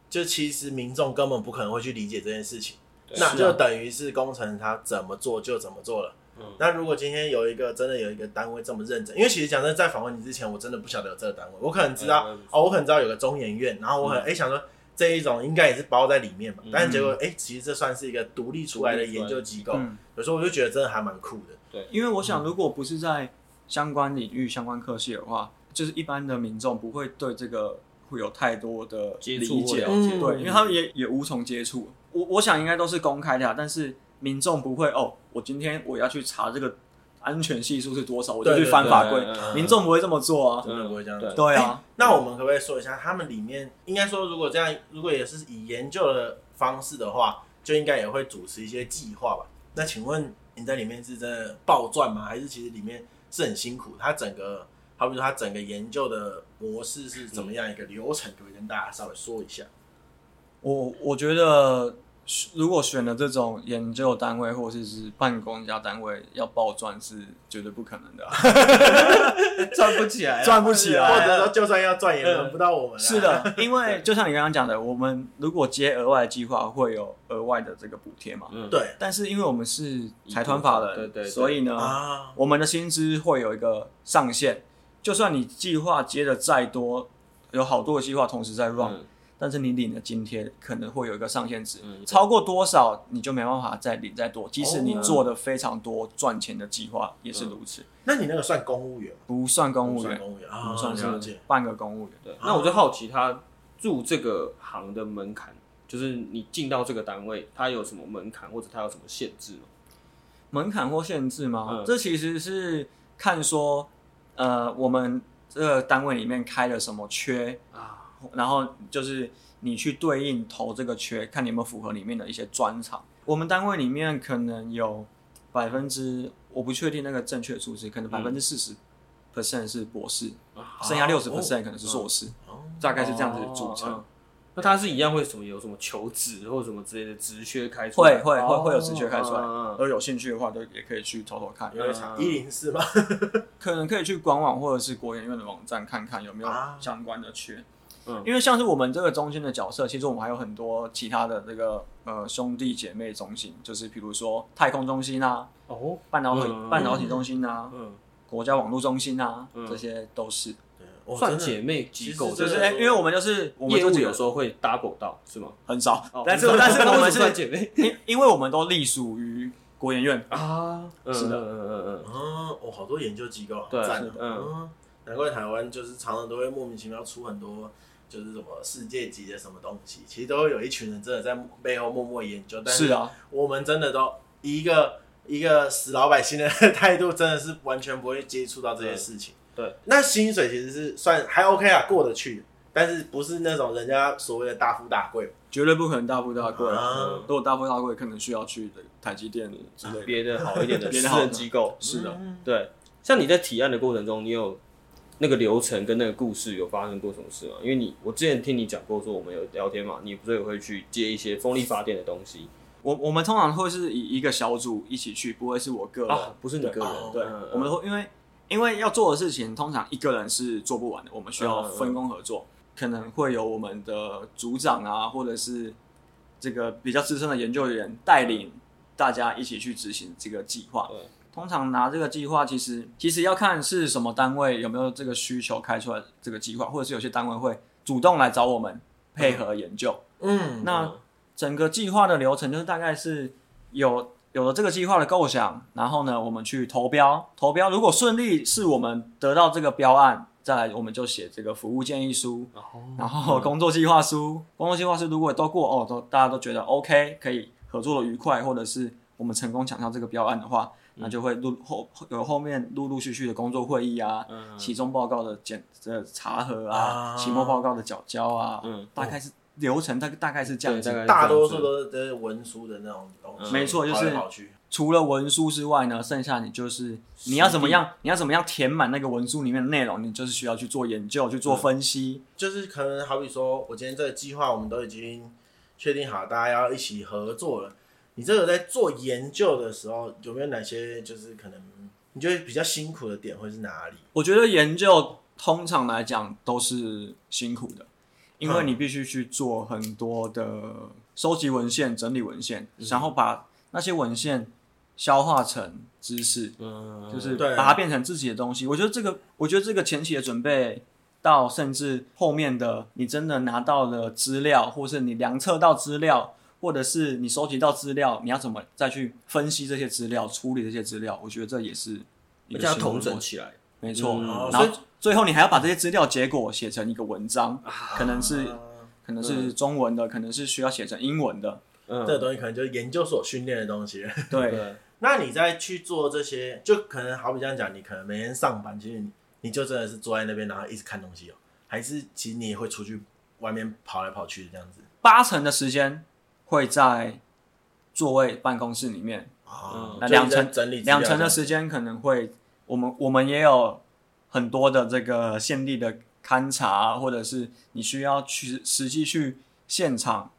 Speaker 2: 就其实民众根本不可能会去理解这件事情。
Speaker 1: 对
Speaker 2: 那
Speaker 3: 是啊
Speaker 2: 就等于是工程他怎么做就怎么做了。
Speaker 1: 嗯
Speaker 2: 那如果今天有一个真的有一个单位这么认真，因为其实讲真的，在访问你之前，我真的不晓得有这个单位，我可能知道、
Speaker 1: 哎我也不知
Speaker 2: 哦，我可能知道有个中研院，然后我很哎、诶想说这一种应该也是包在里面嘛，
Speaker 1: 嗯
Speaker 2: 但是结果哎、诶其实这算是一个独立出来的研究机构，
Speaker 3: 嗯，
Speaker 2: 有时候我就觉得真的还蛮酷的。
Speaker 3: 因为我想，
Speaker 2: 嗯
Speaker 3: 如果不是在相关领域、相关科系的话，就是一般的民众不会对这个会有太多的
Speaker 1: 接触
Speaker 3: 理
Speaker 1: 或
Speaker 3: 解
Speaker 1: 了，
Speaker 2: 嗯
Speaker 1: 解，
Speaker 3: 对，因为他们也也无从接触。我我想应该都是公开的、啊，但是民众不会哦，我今天我要去查这个安全系数是多少，我就
Speaker 2: 对
Speaker 3: 去
Speaker 2: 对
Speaker 3: 翻
Speaker 2: 对
Speaker 3: 法规
Speaker 1: 对对。
Speaker 3: 民众不会这么做啊，
Speaker 2: 真 的不会这样
Speaker 1: 对
Speaker 2: 做。
Speaker 3: 对啊，
Speaker 2: 那我们可不可以说一下，他们里面应该说，如果这样，如果也是以研究的方式的话，就应该也会主持一些计划吧？那请问你在里面是真的暴赚吗？还是其实里面是很辛苦？它整个，好比说它整个研究的模式是怎么样一个流程？可不可以跟大家稍微说一下？
Speaker 3: 我我觉得，如果选了这种研究单位或是是办公家单位，要暴赚是绝对不可能的啊、
Speaker 1: 赚不起来啊，
Speaker 3: 赚不起来
Speaker 2: 或
Speaker 3: 啊
Speaker 2: 者说，就算要赚，也轮不到我们。
Speaker 3: 是，的，因为就像你刚刚讲的，我们如果接额外的计划，会有额外的这个补贴嘛。
Speaker 1: 嗯，
Speaker 2: 对
Speaker 3: 但是因为我们是财团法人，
Speaker 1: 对对对
Speaker 3: 所以呢，
Speaker 2: 啊，
Speaker 3: 我们的薪资会有一个上限。就算你计划接的再多，有好多的计划同时在 run，、
Speaker 1: 嗯
Speaker 3: 但是你领的津贴可能会有一个上限值，
Speaker 1: 嗯对
Speaker 3: 超过多少你就没办法再领再多。即使你
Speaker 2: 哦
Speaker 3: 做的非常多赚钱的计划也
Speaker 1: 嗯
Speaker 3: 是如此，
Speaker 2: 那你那个算公务员吗？
Speaker 3: 不算公务
Speaker 2: 算
Speaker 3: 员，
Speaker 2: 公务员
Speaker 3: 我
Speaker 2: 啊，
Speaker 3: 们算
Speaker 2: 了
Speaker 3: 是
Speaker 2: 解。
Speaker 3: 半个公务员。
Speaker 1: 对，那我就好奇他入这个行的门槛，就是你进到这个单位，它有什么门槛，或者它有什么限制吗？
Speaker 3: 门槛或限制吗？
Speaker 1: 嗯
Speaker 3: 这其实是看说，呃，我们这个单位里面开了什么缺，
Speaker 1: 啊，
Speaker 3: 然后就是你去对应投这个缺，看你有没有符合里面的一些专长。我们单位里面可能有百分之，我不确定那个正确数字，可
Speaker 1: 嗯
Speaker 3: 能百分之四十 percent 是博士，
Speaker 1: 啊
Speaker 3: 剩下六十 percent 可能是硕士，
Speaker 2: 哦
Speaker 3: 大概是这样子组成。
Speaker 1: 哦嗯那它是一样会什么有什么求职或什么之类的职缺开出
Speaker 3: 会
Speaker 1: 来？
Speaker 3: 会会
Speaker 1: 哦
Speaker 3: 会有直觉开出来，
Speaker 1: 嗯嗯嗯
Speaker 3: 而有兴趣的话，都也可以去投投看。
Speaker 2: 有点长，一零四吗？
Speaker 3: 可能可以去官网或者是国研院的网站看看有没有
Speaker 2: 啊
Speaker 3: 相关的缺。
Speaker 1: 嗯
Speaker 3: 因为像是我们这个中心的角色，其实我们还有很多其他的这个呃兄弟姐妹中心，就是比如说太空中心啊、
Speaker 1: 哦，
Speaker 3: 半导体、
Speaker 1: 嗯
Speaker 3: 半导体中心啊、
Speaker 1: 嗯，
Speaker 3: 国家网络中心啊，
Speaker 1: 嗯
Speaker 3: 这些都是。
Speaker 2: 对我
Speaker 1: 算
Speaker 2: 真的
Speaker 1: 姐妹机构
Speaker 2: 其实
Speaker 1: 就
Speaker 3: 就是是、
Speaker 2: 这个
Speaker 3: 哎因为我们就是我们
Speaker 1: 业务
Speaker 3: 自己
Speaker 1: 有时候会 double 到是吗？
Speaker 3: 很少，
Speaker 1: 哦
Speaker 3: 但是但是
Speaker 1: 那
Speaker 3: 我们
Speaker 1: 为什么算
Speaker 3: 是
Speaker 1: 姐妹
Speaker 3: 因因为我们都隶属于国研院，
Speaker 1: 啊，
Speaker 3: 是的
Speaker 1: 嗯嗯嗯嗯嗯，
Speaker 2: 嗯，哦，好多研究机构啊，
Speaker 1: 对
Speaker 2: 赞
Speaker 1: 是
Speaker 2: 啊
Speaker 1: 的
Speaker 2: 嗯，难怪台湾就是常常都会莫名其妙出很多就是什么世界级的什么东西，其实都会有一群人真的在背后默默研究，但
Speaker 3: 是啊，
Speaker 2: 我们真的都一个一个死老百姓的 态度，真的是完全不会接触到这些事情。
Speaker 1: 对对，
Speaker 2: 那薪水其实是算还 OK 啊，过得去，但是不是那种人家所谓的大富大贵
Speaker 3: 绝对不可能大富大贵啊。
Speaker 2: 啊
Speaker 3: 如果大富大贵，可能需要去台积电之类的。
Speaker 1: 别的好一点的
Speaker 3: 别
Speaker 1: 私
Speaker 3: 的好
Speaker 1: 人机构，
Speaker 3: 是的，
Speaker 1: 对，像你在提案的过程中，你有那个流程跟那个故事有发生过什么事吗？因为你我之前听你讲过说我们有聊天嘛，你不是也会去接一些风力发电的东西
Speaker 3: 我我们通常会是以一个小组一起去，不会是我个人。
Speaker 1: 啊？不是你个人
Speaker 2: 哦，
Speaker 3: 对，
Speaker 1: 嗯
Speaker 3: 我们会因为因为要做的事情，通常一个人是做不完的，我们需要
Speaker 1: 嗯嗯嗯
Speaker 3: 分工合作，可能会有我们的组长啊，或者是这个比较资深的研究员带领大家一起去执行这个计划
Speaker 1: 对。
Speaker 3: 通常拿这个计划，其实其实要看是什么单位有没有这个需求开出来这个计划，或者是有些单位会主动来找我们配合研究。
Speaker 2: 嗯
Speaker 3: 那整个计划的流程就是大概是有有了这个计划的构想，然后呢，我们去投标，投标如果顺利，是我们得到这个标案，再来我们就写这个服务建议书，
Speaker 2: 哦
Speaker 3: 然后工作计划书，工作计划书如果都过哦，都大家都觉得 OK，可以合作的愉快，或者是我们成功抢到这个标案的话，
Speaker 2: 嗯
Speaker 3: 那就会陆后有后面陆陆续续的工作会议啊，期中报告的检这查核啊，
Speaker 2: 嗯啊
Speaker 3: 期末报告的缴交啊，
Speaker 1: 嗯
Speaker 3: 大概是流程大大概是这样子
Speaker 1: 对大概是
Speaker 2: 大多数都是都是文书的那种东西，
Speaker 3: 没错就是
Speaker 2: 跑来跑去。
Speaker 3: 除了文书之外呢，剩下你就是你要怎么样，你要怎么样填满那个文书里面的内容，你就是需要去做研究、去做分析。
Speaker 1: 嗯
Speaker 2: 就是可能好比说，我今天这个计划我们都已经确定好，大家要一起合作了。你这个在做研究的时候，有没有哪些就是可能你觉得比较辛苦的点会是哪里？
Speaker 3: 我觉得研究通常来讲都是辛苦的，因
Speaker 1: 嗯
Speaker 3: 为你必须去做很多的收集文献、整理文献，
Speaker 1: 嗯
Speaker 3: 然后把那些文献消化成知识，
Speaker 1: 嗯，
Speaker 3: 就是
Speaker 2: 对
Speaker 3: 把它变成自己的东西。我觉得这个，我觉得这个前期的准备到，甚至后面的你真的拿到了资料，或是你量测到资料，或者是你收集到资料，你要怎么再去分析这些资料、处理这些资料？我觉得这也是
Speaker 1: 嗯而
Speaker 3: 一个
Speaker 1: 且要
Speaker 3: 新的
Speaker 1: 统整
Speaker 3: 逻辑，
Speaker 1: 起来，
Speaker 3: 没错。
Speaker 1: 嗯
Speaker 2: 哦
Speaker 3: 然
Speaker 2: 所
Speaker 3: 后
Speaker 2: 以
Speaker 3: 最后你还要把这些资料结果写成一个文章，可能是
Speaker 2: 啊
Speaker 3: 可能是中文的，可能是需要写成英文的。
Speaker 2: 这个东西可能就是研究所训练的东西。
Speaker 3: 对，
Speaker 1: 对，
Speaker 2: 那你再去做这些，就可能好比这样讲，你可能每天上班，其实你你就真的是坐在那边，然后一直看东西哦，还是其实你也会出去外面跑来跑去的这样子
Speaker 3: 八成的时间会在座位办公室里面，
Speaker 2: 啊
Speaker 1: 嗯
Speaker 3: 哦那
Speaker 2: 就
Speaker 3: 两
Speaker 2: 一直在
Speaker 3: 层
Speaker 2: 整理资料
Speaker 3: 两成
Speaker 2: 这
Speaker 3: 的
Speaker 2: 样子
Speaker 3: 时间可能会，我们我们也有很多的这个现地的勘察，或者是你需要去实际去现场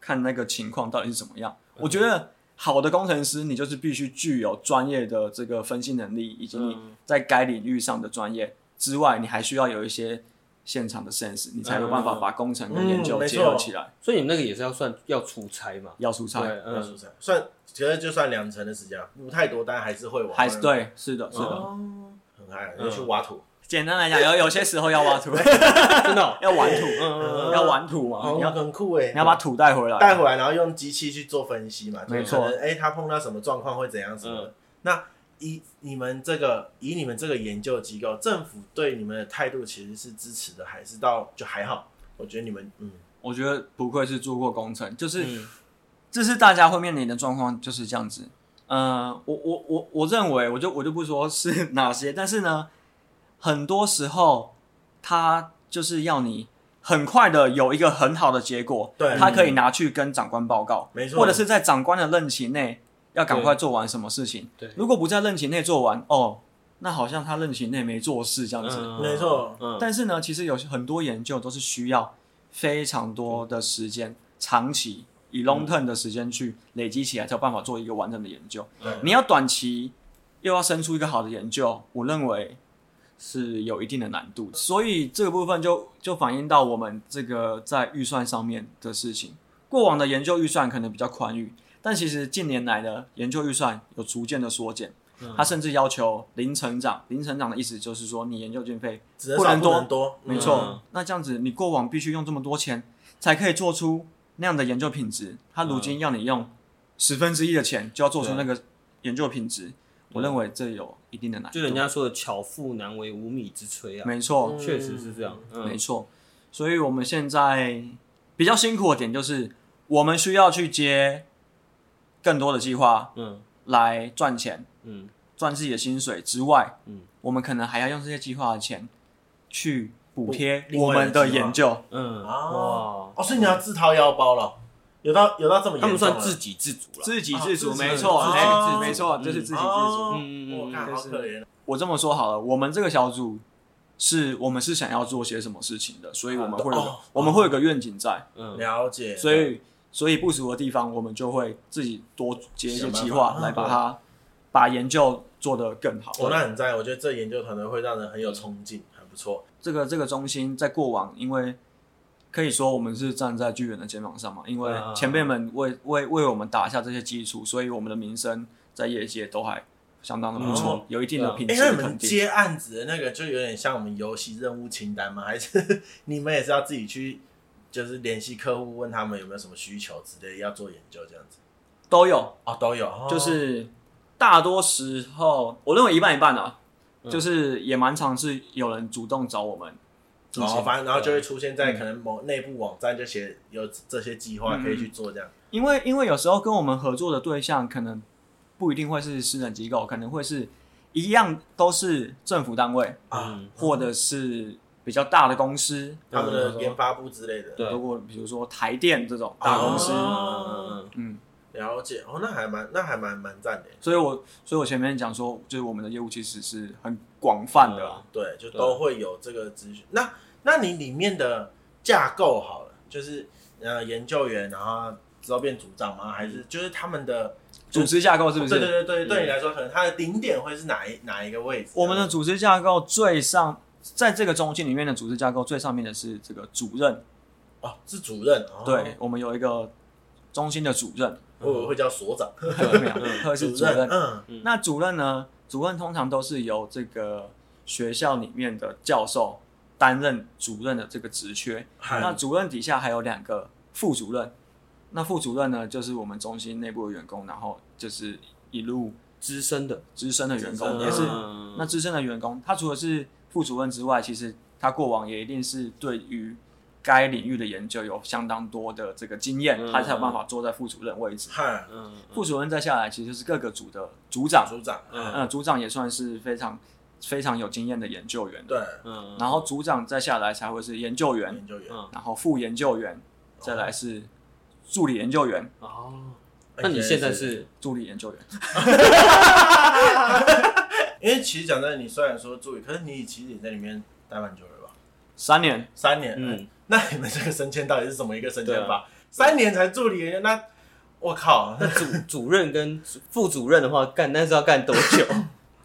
Speaker 3: 看那个情况到底是怎么样。我觉得好的工程师，你就是必须具有专业的这个分析能力，以及你
Speaker 1: 嗯
Speaker 3: 在该领域上的专业之外，你还需要有一些现场的 sense，你才有办法把工程跟研
Speaker 2: 嗯
Speaker 3: 究
Speaker 2: 没
Speaker 3: 结合
Speaker 2: 错
Speaker 3: 起来。
Speaker 1: 所以你们那个也是要算要出差嘛？
Speaker 3: 要出差，
Speaker 1: 对，
Speaker 2: 要出
Speaker 1: 嗯，
Speaker 2: 差，算其实就算两成的时间啊，不太多，但还是会玩，
Speaker 3: 还是对，是的，是的。
Speaker 2: 哦，很爱就去挖土，
Speaker 3: 简单来讲，有有些时候要挖 土，
Speaker 1: 真的哦，
Speaker 3: 要玩土，
Speaker 1: 嗯嗯嗯
Speaker 3: 要玩土嘛，
Speaker 2: 哦
Speaker 3: 你要
Speaker 2: 很酷哎，
Speaker 3: 你要把土带回来，
Speaker 2: 带回来，然后用机器去做分析嘛，
Speaker 3: 没
Speaker 2: 就是
Speaker 3: 错嗯
Speaker 2: 可能哎，他碰到什么状况会怎样什么的。那以你们这个以你们这个研究机构，政府对你们的态度其实是支持的，还是到就还好？我觉得你们嗯，
Speaker 3: 我觉得不愧是做过工程，就是、
Speaker 1: 嗯
Speaker 3: 这是大家会面临的状况就是这样子。呃，我我我我认为，我就我就不说是哪些，但是呢，很多时候他就是要你很快的有一个很好的结果，
Speaker 2: 对
Speaker 3: 他可以拿去跟长官报告，
Speaker 2: 没错
Speaker 3: 或者是在长官的任期内要赶快做完什么事情。
Speaker 1: 对对
Speaker 3: 如果不在任期内做完，哦，那好像他任期内没做事这样子。
Speaker 1: 嗯
Speaker 2: 没错，
Speaker 1: 嗯，
Speaker 3: 但是呢，其实有些很多研究都是需要非常多的时间，长期以 long term 的时间去累积起来，才有办法做一个完整的研究。
Speaker 2: 对
Speaker 3: 你要短期又要生出一个好的研究，我认为是有一定的难度。所以这个部分就就反映到我们这个在预算上面的事情。过往的研究预算可能比较宽裕，但其实近年来的研究预算有逐渐的缩减。它甚至要求零成长，零成长的意思就是说，你研究经费
Speaker 2: 只能
Speaker 3: 不
Speaker 2: 少
Speaker 3: 能
Speaker 2: 不
Speaker 3: 多
Speaker 2: 能多，
Speaker 3: 没
Speaker 2: 嗯
Speaker 3: 错，
Speaker 1: 嗯
Speaker 3: 那这样子，你过往必须用这么多钱才可以做出那样的研究品质，他如今要你用十分之一的钱就要做出那个研究品
Speaker 2: 嗯
Speaker 3: 质，我认为这有一定的难度。
Speaker 1: 就人家说的“巧妇难为无米之炊”啊，
Speaker 3: 没错，
Speaker 1: 确实是这样。
Speaker 3: 没
Speaker 1: 嗯，
Speaker 3: 错。所以我们现在比较辛苦的点就是，我们需要去接更多的计划，
Speaker 1: 嗯，
Speaker 3: 来赚钱，
Speaker 1: 嗯，
Speaker 3: 赚自己的薪水之外，
Speaker 1: 嗯，
Speaker 3: 我们可能还要用这些计划的钱去补
Speaker 2: 补
Speaker 3: 贴
Speaker 2: 另
Speaker 3: 我
Speaker 2: 外的
Speaker 3: 们的
Speaker 2: 计划
Speaker 3: 研究。
Speaker 1: 嗯，
Speaker 2: 哦
Speaker 1: 哇，
Speaker 2: 哦，所以你要自掏腰包了，有到有到这么
Speaker 3: 啊
Speaker 1: 他们
Speaker 2: 严重啊了？
Speaker 1: 算自给自足了。
Speaker 3: 自给自足，
Speaker 2: 哦
Speaker 3: 没错，
Speaker 2: 自给
Speaker 3: 哎
Speaker 2: 自足
Speaker 3: 自没错，
Speaker 1: 嗯
Speaker 3: 就是自给自足。
Speaker 2: 哦
Speaker 1: 嗯嗯嗯
Speaker 2: 我看
Speaker 3: 就
Speaker 2: 好
Speaker 3: 是
Speaker 2: 可怜，
Speaker 3: 我这么说好了，我们这个小组是我们是想要做些什么事情的，所以我们会有个
Speaker 2: 哦
Speaker 3: 我们会有个愿景在，
Speaker 1: 嗯，
Speaker 2: 了解，
Speaker 3: 所以所以不足的地方，我们就会自己多接一些计划
Speaker 2: 想办法
Speaker 3: 来把它把研究做得更好。
Speaker 2: 我哦那很在，我觉得这研究团队会让人很
Speaker 3: 嗯
Speaker 2: 有冲劲，很不错。
Speaker 3: 这个这个中心在过往，因为可以说我们是站在巨人的肩膀上嘛，因为
Speaker 1: 啊
Speaker 3: 前辈们为为为我们打下这些基础，所以我们的名声在业界都还相当的不错，
Speaker 1: 嗯
Speaker 3: 有一定的品
Speaker 2: 哎、
Speaker 3: 质
Speaker 2: 那
Speaker 3: 的
Speaker 2: 你们
Speaker 3: 肯定。
Speaker 2: 接案子的那个就有点像我们游戏任务清单吗？还是 你们也是要自己去，就是联系客户，问他们有没有什么需求之类，要做研究这样子？
Speaker 3: 都有，
Speaker 2: 哦，都有，哦
Speaker 3: 就是大多时候我认为一半一半啊，
Speaker 1: 嗯
Speaker 3: 就是也蛮常是有人主动找我们进
Speaker 2: 然后
Speaker 3: 行，
Speaker 2: 哦反正然后就会出现
Speaker 3: 嗯
Speaker 2: 在可能某内部网站就写有这些计划可以去做这样。
Speaker 3: 因为因为有时候跟我们合作的对象可能不一定会是私人机构，可能会是一样都是政府单位
Speaker 2: 啊，嗯
Speaker 3: 或者是比较大的公司，
Speaker 2: 他们
Speaker 3: 嗯
Speaker 2: 的研发部之类的。
Speaker 1: 对
Speaker 3: 如果比如说台电这
Speaker 2: 啊
Speaker 3: 种大公司，
Speaker 2: 哦
Speaker 3: 嗯，
Speaker 2: 了解哦，那还蛮那还蛮蛮赞的。
Speaker 3: 所以我所以我前面讲说，就是我们的业务其实是很广泛的啊、
Speaker 2: 对，就都会有这个资讯。那那你里面的架构好了，就是呃研究员，然后之后变组长吗？还是就是他们的？
Speaker 3: 组织架构是不
Speaker 2: 对
Speaker 3: 是？
Speaker 2: 对对对，
Speaker 1: 嗯
Speaker 2: 对你来说，可能他的顶点会是哪一哪一个位置？
Speaker 3: 我们的组织架构最上，在这个中心里面的组织架构最上面的是这个主任，
Speaker 2: 哦是主任，哦、
Speaker 3: 对，我们有一个中心的主任，
Speaker 2: 我以为会叫所长，
Speaker 3: 对没有，或者嗯是主任。
Speaker 2: 嗯，
Speaker 3: 那主任呢？主任通常都是由这个学校里面的教授担任主任的这个职缺。
Speaker 2: 嗨
Speaker 3: 那主任底下还有两个副主任，那副主任呢，就是我们中心内部的员工，然后就是一路
Speaker 1: 资深的
Speaker 3: 资深的员工，
Speaker 2: 资深
Speaker 3: 也是
Speaker 1: 嗯
Speaker 3: 那资深的员工，他除了是副主任之外，其实他过往也一定是对于该领域的研究有相当多的这个经验，
Speaker 1: 嗯
Speaker 3: 他才有办法坐在副主任位置。
Speaker 2: 哈，
Speaker 1: 嗯，
Speaker 3: 副主任再下来，其实就是各个组的组长，
Speaker 2: 组长，嗯，
Speaker 3: 呃，组长也算是非常非常有经验的研究员。
Speaker 2: 对，
Speaker 1: 嗯，
Speaker 3: 然后组长再下来才会是研究员，
Speaker 2: 研究员
Speaker 1: 嗯。
Speaker 3: 然后副研究员，再来是助理研究员，
Speaker 1: 哦，那你现在是
Speaker 3: 助理研究员。
Speaker 2: 因为其实讲真的，你虽然说助理，可是你其实也在里面待蛮久了吧？
Speaker 3: 三年，
Speaker 2: 三年，
Speaker 1: 嗯
Speaker 2: 嗯，那你们这个升迁到底是怎么一个升迁
Speaker 3: 啊
Speaker 2: 法？三年才助理，那我靠，
Speaker 3: 嗯
Speaker 1: 那主 主任跟主副主任的话，干那是要干多 久？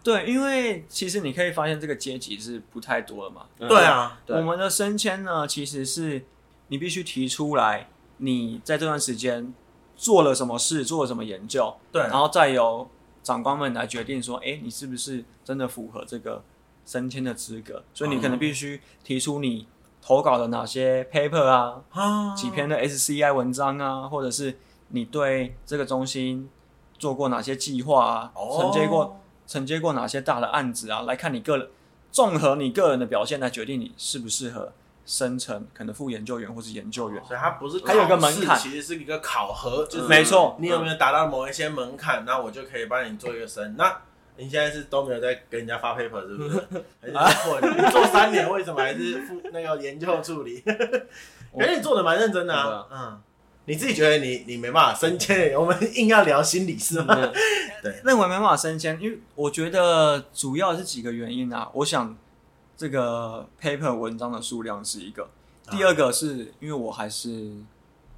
Speaker 3: 对，因为其实你可以发现这个阶级是不太多了嘛。
Speaker 2: 对，啊，
Speaker 1: 对
Speaker 3: 我们的升迁呢，其实是你必须提出来，你在这段时间做了什么事，做了什么研究，
Speaker 2: 对
Speaker 3: 然后再由长官们来决定说，哎，你是不是真的符合这个升迁的资格？所以你可能必须提出你投稿的哪些 paper 啊，
Speaker 2: 啊，
Speaker 3: 几篇的 SCI 文章啊，或者是你对这个中心做过哪些计划啊，
Speaker 2: 哦
Speaker 3: 承接过承接过哪些大的案子啊，来看你个人，综合你个人的表现来决定你适不适合升成可能副研究员或是研究员。
Speaker 2: 所以它不是考试，
Speaker 3: 还有一个门槛
Speaker 2: 其实是一个考核，就是
Speaker 3: 没错
Speaker 2: 你有没有达到某一些门槛，那我就可以帮你做一个升。那你现在是都没有在跟人家发 paper 是不 是？还是做你做三年，为什么还是副那个研究助 理？可是你做的蛮认真的啊，嗯。你自己觉得你你没办法升迁，我们硬要聊心理是
Speaker 1: 嗯
Speaker 2: 吗？
Speaker 3: 认为没办法升迁，因为我觉得主要是几个原因啊。我想这个 paper 文章的数量是一个，第二个是因为我还是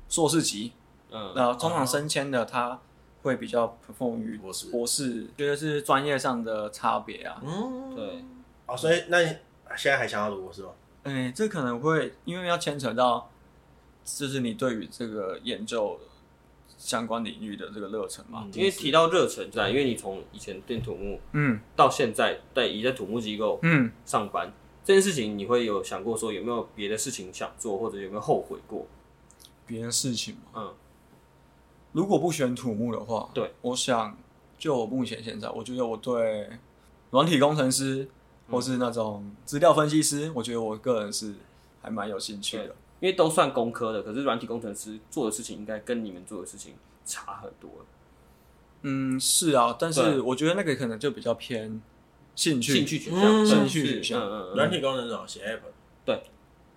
Speaker 3: 硕士级，
Speaker 1: 嗯，
Speaker 3: 那通常升迁的他会比较 perform 于
Speaker 2: 博士
Speaker 3: 博士，觉得是专业上的差别啊。
Speaker 2: 嗯，
Speaker 1: 对，
Speaker 2: 哦，所以那你现在还想要读是吗？
Speaker 3: 哎、这可能会因为要牵扯到，就是你对于这个研究相关领域的这个热忱嘛。
Speaker 1: 因为提到热忱在，因为你从以前电土木
Speaker 3: 嗯
Speaker 1: 到现在在也在土木机构
Speaker 3: 嗯，
Speaker 1: 上班这件事情，你会有想过说有没有别的事情想做，或者有没有后悔过？
Speaker 3: 别的事情嘛。
Speaker 1: 嗯，
Speaker 3: 如果不选土木的话，
Speaker 1: 对，
Speaker 3: 我想就我目前现在，我觉得我对软体工程师或是那种资料分析师，我觉得我个人是还蛮有兴趣的。
Speaker 1: 因为都算工科的，可是软体工程师做的事情应该跟你们做的事情差很多。
Speaker 3: 嗯，是啊，但
Speaker 1: 对
Speaker 3: 是我觉得那个可能就比较偏兴趣，
Speaker 1: 兴趣取向，对
Speaker 2: 嗯
Speaker 3: 兴趣
Speaker 1: 是
Speaker 3: 取向
Speaker 1: 嗯嗯嗯，
Speaker 2: 软体工程师写 app，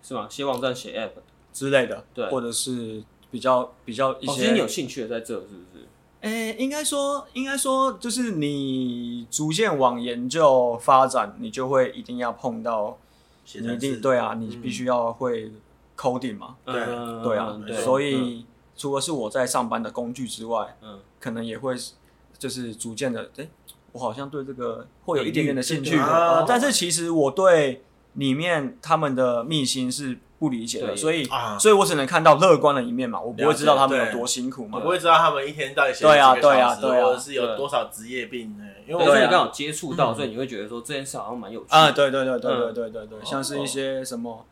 Speaker 1: 是吗？写网站、写 app，
Speaker 3: 之类的，
Speaker 1: 对
Speaker 3: 或者是比较比较一
Speaker 1: 哦，其实
Speaker 3: 些
Speaker 1: 你，有兴趣的在这是不是？
Speaker 3: 诶、应该说应该说就是你逐渐往研究发展，你就会一定要碰到，
Speaker 2: 写
Speaker 3: 你一
Speaker 2: 程
Speaker 3: 定
Speaker 2: 式，
Speaker 3: 对啊，你必须要会 coding 嘛，
Speaker 2: 对
Speaker 1: 嗯
Speaker 3: 对啊，
Speaker 2: 对
Speaker 3: 所以、除了是我在上班的工具之外，
Speaker 1: 嗯，
Speaker 3: 可能也会就是逐渐的，诶、我好像对这个会有一点点的兴趣
Speaker 1: 领
Speaker 2: 域对对
Speaker 3: 呃
Speaker 2: 对
Speaker 3: 但是其实我对里面他们的秘辛是不理解的，
Speaker 1: 对
Speaker 3: 所以
Speaker 2: 啊
Speaker 3: 所以我只能看到乐观的一面嘛，我不会知道他们
Speaker 2: 了解
Speaker 3: 有多辛苦
Speaker 2: 我
Speaker 3: 嘛
Speaker 2: 不。会知道他们一天到底写了
Speaker 3: 对啊
Speaker 2: 几个小时，
Speaker 3: 对啊对啊
Speaker 2: 或者是有多少职业病呢？因
Speaker 1: 对，
Speaker 2: 为我
Speaker 1: 所以
Speaker 3: 对
Speaker 1: 你
Speaker 3: 啊
Speaker 1: 刚好接触到，所以你会觉得说这件事好像蛮有趣
Speaker 3: 啊，
Speaker 1: 的。
Speaker 3: 对对对对对
Speaker 1: 嗯
Speaker 3: 对对对，
Speaker 1: 哦
Speaker 3: 像是一些什么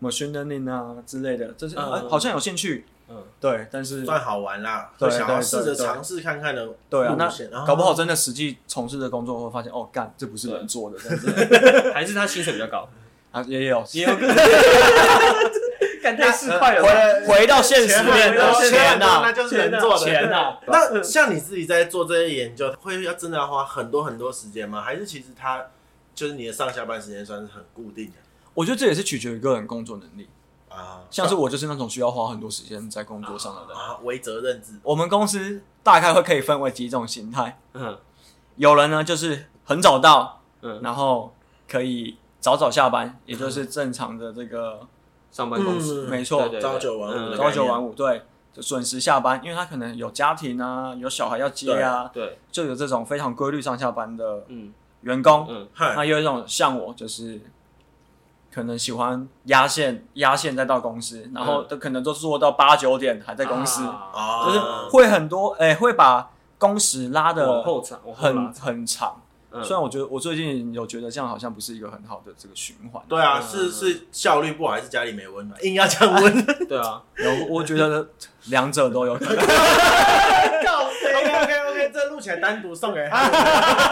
Speaker 3: machine learning 啊之类的，这是
Speaker 1: 嗯
Speaker 3: 呃好像有兴趣，
Speaker 1: 嗯，
Speaker 3: 对，但是
Speaker 2: 算好玩啦，
Speaker 3: 对
Speaker 2: 就想要
Speaker 3: 对
Speaker 2: 试着
Speaker 3: 对对
Speaker 2: 尝试看看的
Speaker 3: 对啊，
Speaker 2: 路线
Speaker 3: 那搞不好真的实际从事的工作会发现，哦，干这不是人做的，这样 子
Speaker 1: 还是他薪水比较高，
Speaker 3: 啊 也有
Speaker 1: 也有可能。 干太市侩了
Speaker 3: 回
Speaker 1: 吧？
Speaker 3: 回到现实面
Speaker 2: 钱
Speaker 3: 的
Speaker 2: 啊
Speaker 3: 钱呐，
Speaker 2: 那就是人做的
Speaker 3: 钱啊呐，
Speaker 2: 那像你自己在做这些研究，会要真的要花很多很多时间吗？还是其实它就是你的上下班时间算是很固定的
Speaker 3: 我觉得这也是取决于个人工作能力。
Speaker 2: 啊？
Speaker 3: 像是我就是那种需要花很多时间在工作上的人。
Speaker 2: 啊，为责任制
Speaker 3: 我们公司大概会可以分为几种形态，
Speaker 1: 嗯
Speaker 3: 有人呢就是很早到，
Speaker 1: 嗯，
Speaker 3: 然后可以早早下班，也就是正常的这个
Speaker 1: 上班公司
Speaker 2: 嗯
Speaker 3: 没
Speaker 1: 对
Speaker 3: 错
Speaker 1: 对对
Speaker 2: 朝九晚五
Speaker 1: 嗯
Speaker 2: 的
Speaker 3: 朝九晚五，对，就准时下班，因为他可能有家庭啊，有小孩要接啊，
Speaker 1: 对，
Speaker 3: 就有这种非常规律上下班的
Speaker 1: 嗯
Speaker 3: 员工。
Speaker 1: 嗯
Speaker 2: 嗨，
Speaker 3: 那有一种像我，就是可能喜欢压线，压线再到公司，然后都可能都做到八九点还在嗯公司，
Speaker 1: 嗯啊
Speaker 2: 啊，
Speaker 3: 就是会很多，哎、会把工时拉
Speaker 1: 往
Speaker 3: 的
Speaker 1: 后长，往后
Speaker 3: 很
Speaker 1: 拉
Speaker 3: 很长。
Speaker 1: 嗯
Speaker 3: 虽然我觉得我最近有觉得这样好像不是一个很好的这个循环，
Speaker 2: 对啊，
Speaker 1: 嗯
Speaker 2: 是是效率不好，还是家里没温暖？硬要这样温，
Speaker 1: 对啊，
Speaker 3: 有我觉得两者都有可能。
Speaker 2: OK OK OK，这路起来单独送给他。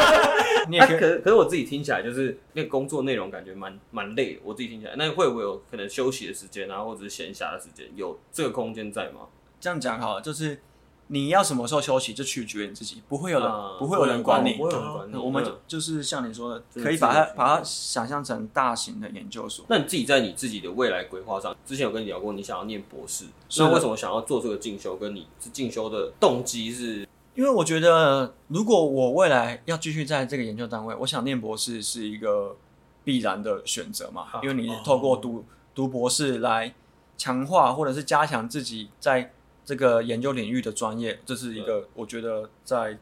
Speaker 3: 你也
Speaker 1: 那
Speaker 3: 可以
Speaker 1: 啊可可是我自己听起来就是那个工作内容感觉蛮蛮累的，我自己听起来，那会不会有可能休息的时间啊，或者是闲暇的时间，有这个空间在吗？
Speaker 3: 这样讲好了，就是你要什么时候休息，就取决于你自己，不会有人、
Speaker 1: 啊
Speaker 3: 不会有人管你
Speaker 1: 不。会有人管你。
Speaker 3: 我们就
Speaker 1: 嗯
Speaker 3: 就是像你说
Speaker 1: 就
Speaker 3: 的，
Speaker 1: 是
Speaker 3: 可以把它
Speaker 1: 自由
Speaker 3: 把它想象成大型的研究所。
Speaker 1: 那你自己在你自己的未来规划上，之前有跟你聊过，你想要念博士，
Speaker 3: 是的
Speaker 1: 那为什么想要做这个进修？跟你进修的动机是
Speaker 3: 因为我觉得，如果我未来要继续在这个研究单位，我想念博士是一个必然的选择嘛，因为你透过读读博士来强化或者是加强自己在这个研究领域的专业，这是一个我觉得在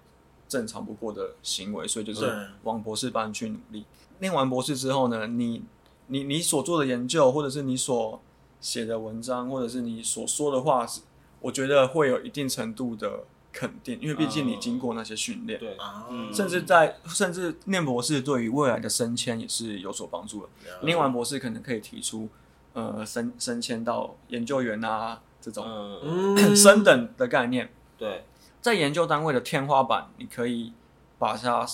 Speaker 3: 正常不过的行为，所以就
Speaker 2: 对
Speaker 3: 是往博士班去努力。念完博士之后呢，你你你所做的研究，或者是你所写的文章，或者是你所说的话，是我觉得会有一定程度的肯定，因为毕竟你经过那些训练，
Speaker 1: 哦对
Speaker 2: 嗯
Speaker 3: 甚至在甚至念博士对于未来的升迁也是有所帮助的。
Speaker 1: 嗯
Speaker 2: 嗯
Speaker 3: 念完博士可能可以提出，呃，升升迁到研究员啊这种、
Speaker 1: 嗯，
Speaker 2: 嗯
Speaker 3: 升等的概念，
Speaker 1: 对，
Speaker 3: 在研究单位的天花板，你可以把它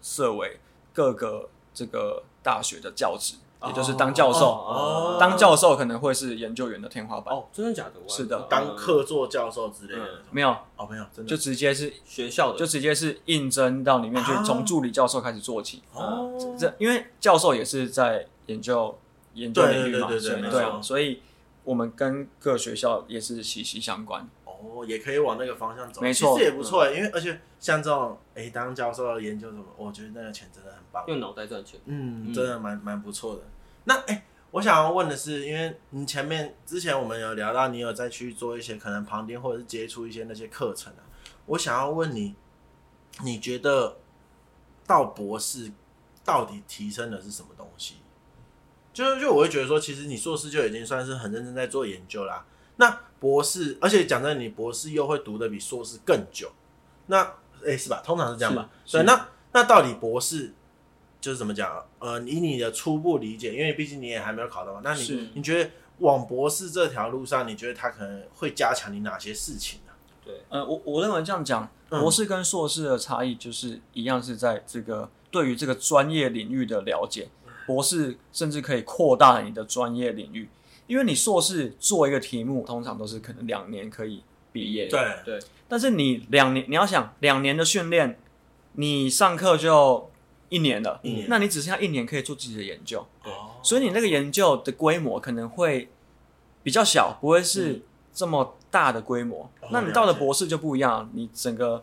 Speaker 3: 设为各个这个大学的教职，也就是当教授。
Speaker 1: 哦
Speaker 3: 当教授可能会是研究员的天花板，
Speaker 1: 哦，真的假的？嗯我还
Speaker 3: 是的
Speaker 2: 当客座教授之类的，
Speaker 3: 没有，
Speaker 2: 哦，没有，真的
Speaker 3: 就直接是
Speaker 1: 学校的
Speaker 3: 就直接是应征到里面去
Speaker 2: 啊，
Speaker 3: 从助理教授开始做起。
Speaker 2: 哦，
Speaker 3: 这因为教授也是在研究研究领域嘛，
Speaker 2: 对对对对
Speaker 3: 所以
Speaker 2: 没
Speaker 1: 错
Speaker 3: 啊所以我们跟各学校也是息息相关。
Speaker 2: 哦，也可以往那个方向走，
Speaker 3: 没错
Speaker 2: 其实也不错，因为而且像这种哎，当教授研究什么，我觉得那个钱真的很棒，
Speaker 1: 用脑袋赚钱。
Speaker 2: 嗯，真的蛮蛮不错的。那哎、我想要问的是，因为你前面之前我们有聊到，你有再去做一些可能旁听或者是接触一些那些课程啊。我想要问你，你觉得到博士到底提升的是什么东西？就是就我会觉得说，其实你硕士就已经算是很认真在做研究啦。那博士，而且讲真的，你博士又会读的比硕士更久。那哎、是吧？通常是这样吧？
Speaker 3: 是
Speaker 2: 对，
Speaker 3: 是
Speaker 2: 那那到底博士就是怎么讲啊？呃，以你的初步理解，因为毕竟你也还没有考到嘛，那
Speaker 3: 是
Speaker 2: 你你觉得往博士这条路上，你觉得他可能会加强你哪些事情呢、
Speaker 3: 呃，我我认为这样讲，
Speaker 2: 嗯
Speaker 3: 博士跟硕士的差异就是一样是在这个对于这个专业领域的了解，博士甚至可以扩大你的专业领域，因为你硕士做一个题目，通常都是可能两年可以毕业，
Speaker 2: 对
Speaker 1: 对，
Speaker 3: 但是你两年，你要想两年的训练，你上课就一年了，
Speaker 2: 一年
Speaker 3: 那你只剩下一年可以做自己的研究，
Speaker 1: 对
Speaker 2: 哦
Speaker 3: 所以你那个研究的规模可能会比较小，不会是这么大的规模。
Speaker 2: 嗯哦
Speaker 3: 那你到了
Speaker 2: 了解
Speaker 3: 博士就不一样，你整个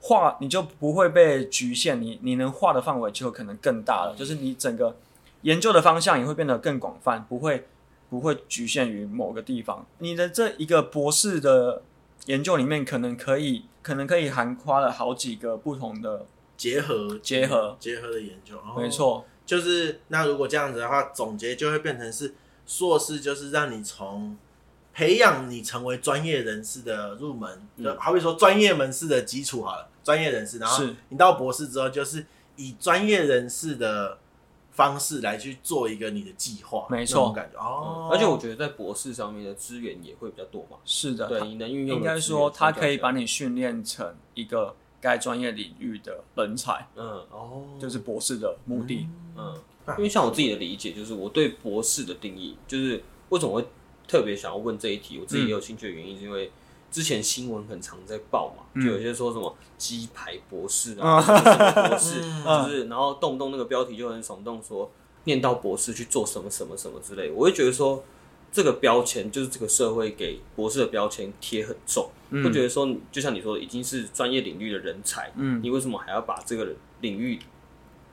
Speaker 3: 画你就不会被局限，你你能画的范围就可能更
Speaker 2: 嗯
Speaker 3: 大了，就是你整个研究的方向也会变得更广泛，不会不会局限于某个地方。你的这一个博士的研究里面，可能可以可能可以涵括了好几个不同的，
Speaker 2: 结合
Speaker 3: 结合
Speaker 2: 结合的研究，哦
Speaker 3: 没，错，
Speaker 2: 就是那如果这样子的话，总结就会变成是硕士，就是让你从培养你成为专业人士的入门，
Speaker 1: 嗯
Speaker 2: 就好比说专业门士的基础好了，专业人士，然后
Speaker 3: 是
Speaker 2: 你到博士之后，就是以专业人士的方式来去做一个你的计划，
Speaker 3: 没错
Speaker 2: 那种感觉哦
Speaker 1: 嗯。而且我觉得在博士上面的资源也会比较多嘛。
Speaker 3: 是的，
Speaker 1: 对，你能运用
Speaker 3: 应
Speaker 1: 的
Speaker 3: 该
Speaker 1: 资
Speaker 3: 说，
Speaker 1: 源
Speaker 3: 它
Speaker 1: 相较
Speaker 3: 可
Speaker 1: 起
Speaker 3: 以
Speaker 1: 来
Speaker 3: 把你训练成一个该专业领域的人才，
Speaker 1: 嗯
Speaker 2: 哦，
Speaker 3: 就是博士的目的。
Speaker 1: 嗯，
Speaker 3: 啊
Speaker 1: 因为像我自己的理解，就是我对博士的定义，就是为什么会特别想要问这一题，我自己也有兴趣的原因，是因为之前新闻很常在报嘛，
Speaker 3: 嗯
Speaker 1: 就有些说什么鸡排博士啊，或者什么博士，
Speaker 3: 嗯
Speaker 1: 就是然后动不动那个标题就很耸动说念到博士去做什么什么什么之类的，我会觉得说。这个标签就是这个社会给博士的标签贴很重，会觉得说你，就像你说的，已经是专业领域的人才，
Speaker 3: 嗯，
Speaker 1: 你为什么还要把这个领域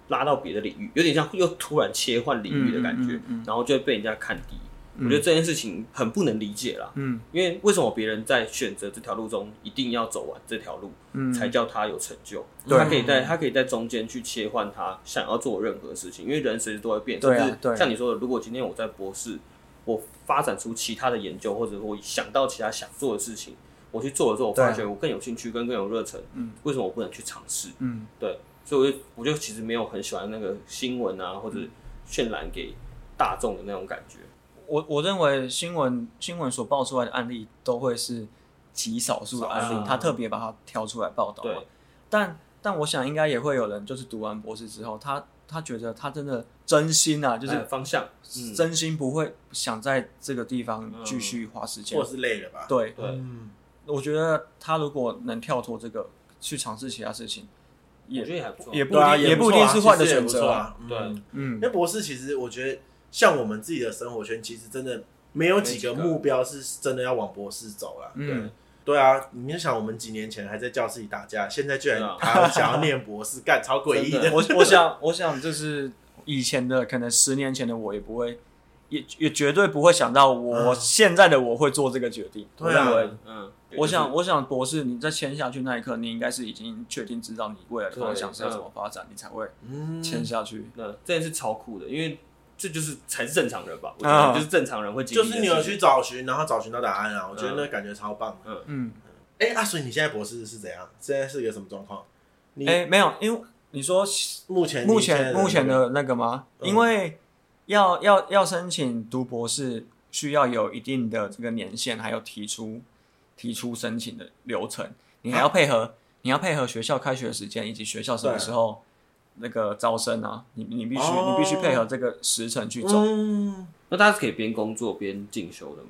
Speaker 1: 拉到别的领域？有点像又突然切换领域的感觉，
Speaker 3: 嗯嗯嗯嗯
Speaker 1: 然后就会被人家看低。
Speaker 3: 嗯
Speaker 1: 我觉得这件事情很不能理解啦，
Speaker 3: 嗯
Speaker 1: 因为为什么别人在选择这条路中一定要走完这条路，
Speaker 3: 嗯，
Speaker 1: 才叫他有成就？
Speaker 3: 对
Speaker 1: 他可以在他可以在中间去切换他想要做任何事情，因为人随时都会变。
Speaker 3: 对啊
Speaker 1: 甚至
Speaker 3: 对啊
Speaker 1: 像你说的，如果今天我在博士，我发展出其他的研究，或者我想到其他想做的事情，我去做了之后，我发
Speaker 3: 对
Speaker 1: 觉我更有兴趣，跟更有热忱。嗯，为什么我不能去尝试？
Speaker 3: 嗯
Speaker 1: 对，所以我就我就其实没有很喜欢那个新闻啊，或者
Speaker 3: 嗯
Speaker 1: 渲染给大众的那种感觉。
Speaker 3: 我我认为新闻新闻所爆出来的案例都会是极少数的案
Speaker 1: 少
Speaker 3: 例
Speaker 1: 数，
Speaker 3: 他特别把它挑出来报道嘛
Speaker 1: 对。
Speaker 3: 但但我想应该也会有人，就是读完博士之后，他他觉得他真的真心啊，就
Speaker 1: 哎
Speaker 3: 是
Speaker 1: 方向，嗯，
Speaker 3: 真心不会想在这个地方继续花时
Speaker 1: 嗯
Speaker 3: 间
Speaker 2: 或。是累了吧？
Speaker 3: 对，
Speaker 1: 对，
Speaker 2: 嗯，
Speaker 3: 我觉得他如果能跳脱这个，去尝试其他事情，
Speaker 1: 我觉得也还不错，
Speaker 3: 也不
Speaker 2: 对啊，
Speaker 3: 一定也
Speaker 2: 不
Speaker 3: 不一定是坏
Speaker 2: 错啊其
Speaker 3: 的选
Speaker 2: 实也不
Speaker 3: 择
Speaker 2: 错啊。
Speaker 1: 对
Speaker 2: 嗯因
Speaker 3: 嗯，
Speaker 2: 为博士其实我觉得，像我们自己的生活圈，其实真的没有几个
Speaker 1: 没几个
Speaker 2: 目标是真的要往博士走啦。
Speaker 3: 嗯，
Speaker 2: 对啊，你就想我们几年前还在教室里打架，现在居然
Speaker 1: 对啊
Speaker 2: 他想要念博士， 干超诡异
Speaker 1: 真的
Speaker 3: 我我想我想就是以前的可能十年前的我也不会，也也绝对不会想到我
Speaker 2: 嗯
Speaker 3: 现在的我会做这个决定。
Speaker 2: 对
Speaker 3: 我
Speaker 2: 啊
Speaker 3: 认为
Speaker 1: 嗯，
Speaker 3: 我想，我想博士，你在签下去那一刻，你应该是已经确定知道你未来的方向是要怎么发展，你才会
Speaker 2: 嗯，
Speaker 3: 签下去。
Speaker 1: 那这件事超酷的，因为这就是才是正常人吧，我觉得
Speaker 3: 啊
Speaker 1: 就是正常人会经
Speaker 2: 就
Speaker 1: 历的
Speaker 2: 是你有
Speaker 1: 事情
Speaker 2: 去找寻，然后找寻到答案啊，我觉得那感觉超棒的。
Speaker 3: 嗯，
Speaker 2: 哎、啊，所以你现在博士是怎样？现在是一个什么状况？你、
Speaker 3: 哎、没有，因为你说
Speaker 2: 目前
Speaker 3: 目
Speaker 2: 你现在
Speaker 3: 前
Speaker 2: 的那个
Speaker 3: 目前的那个吗？
Speaker 2: 嗯
Speaker 3: 因为要要要申请读博士，需要有一定的这个年限，还有提出提出申请的流程，你还要配合、你要配合学校开学的时间以及学校什么时候那个招生啊，你你必须、
Speaker 2: 哦
Speaker 3: 你必须配合这个时程去走。
Speaker 2: 嗯，
Speaker 1: 那大家是可以边工作边进修的嘛？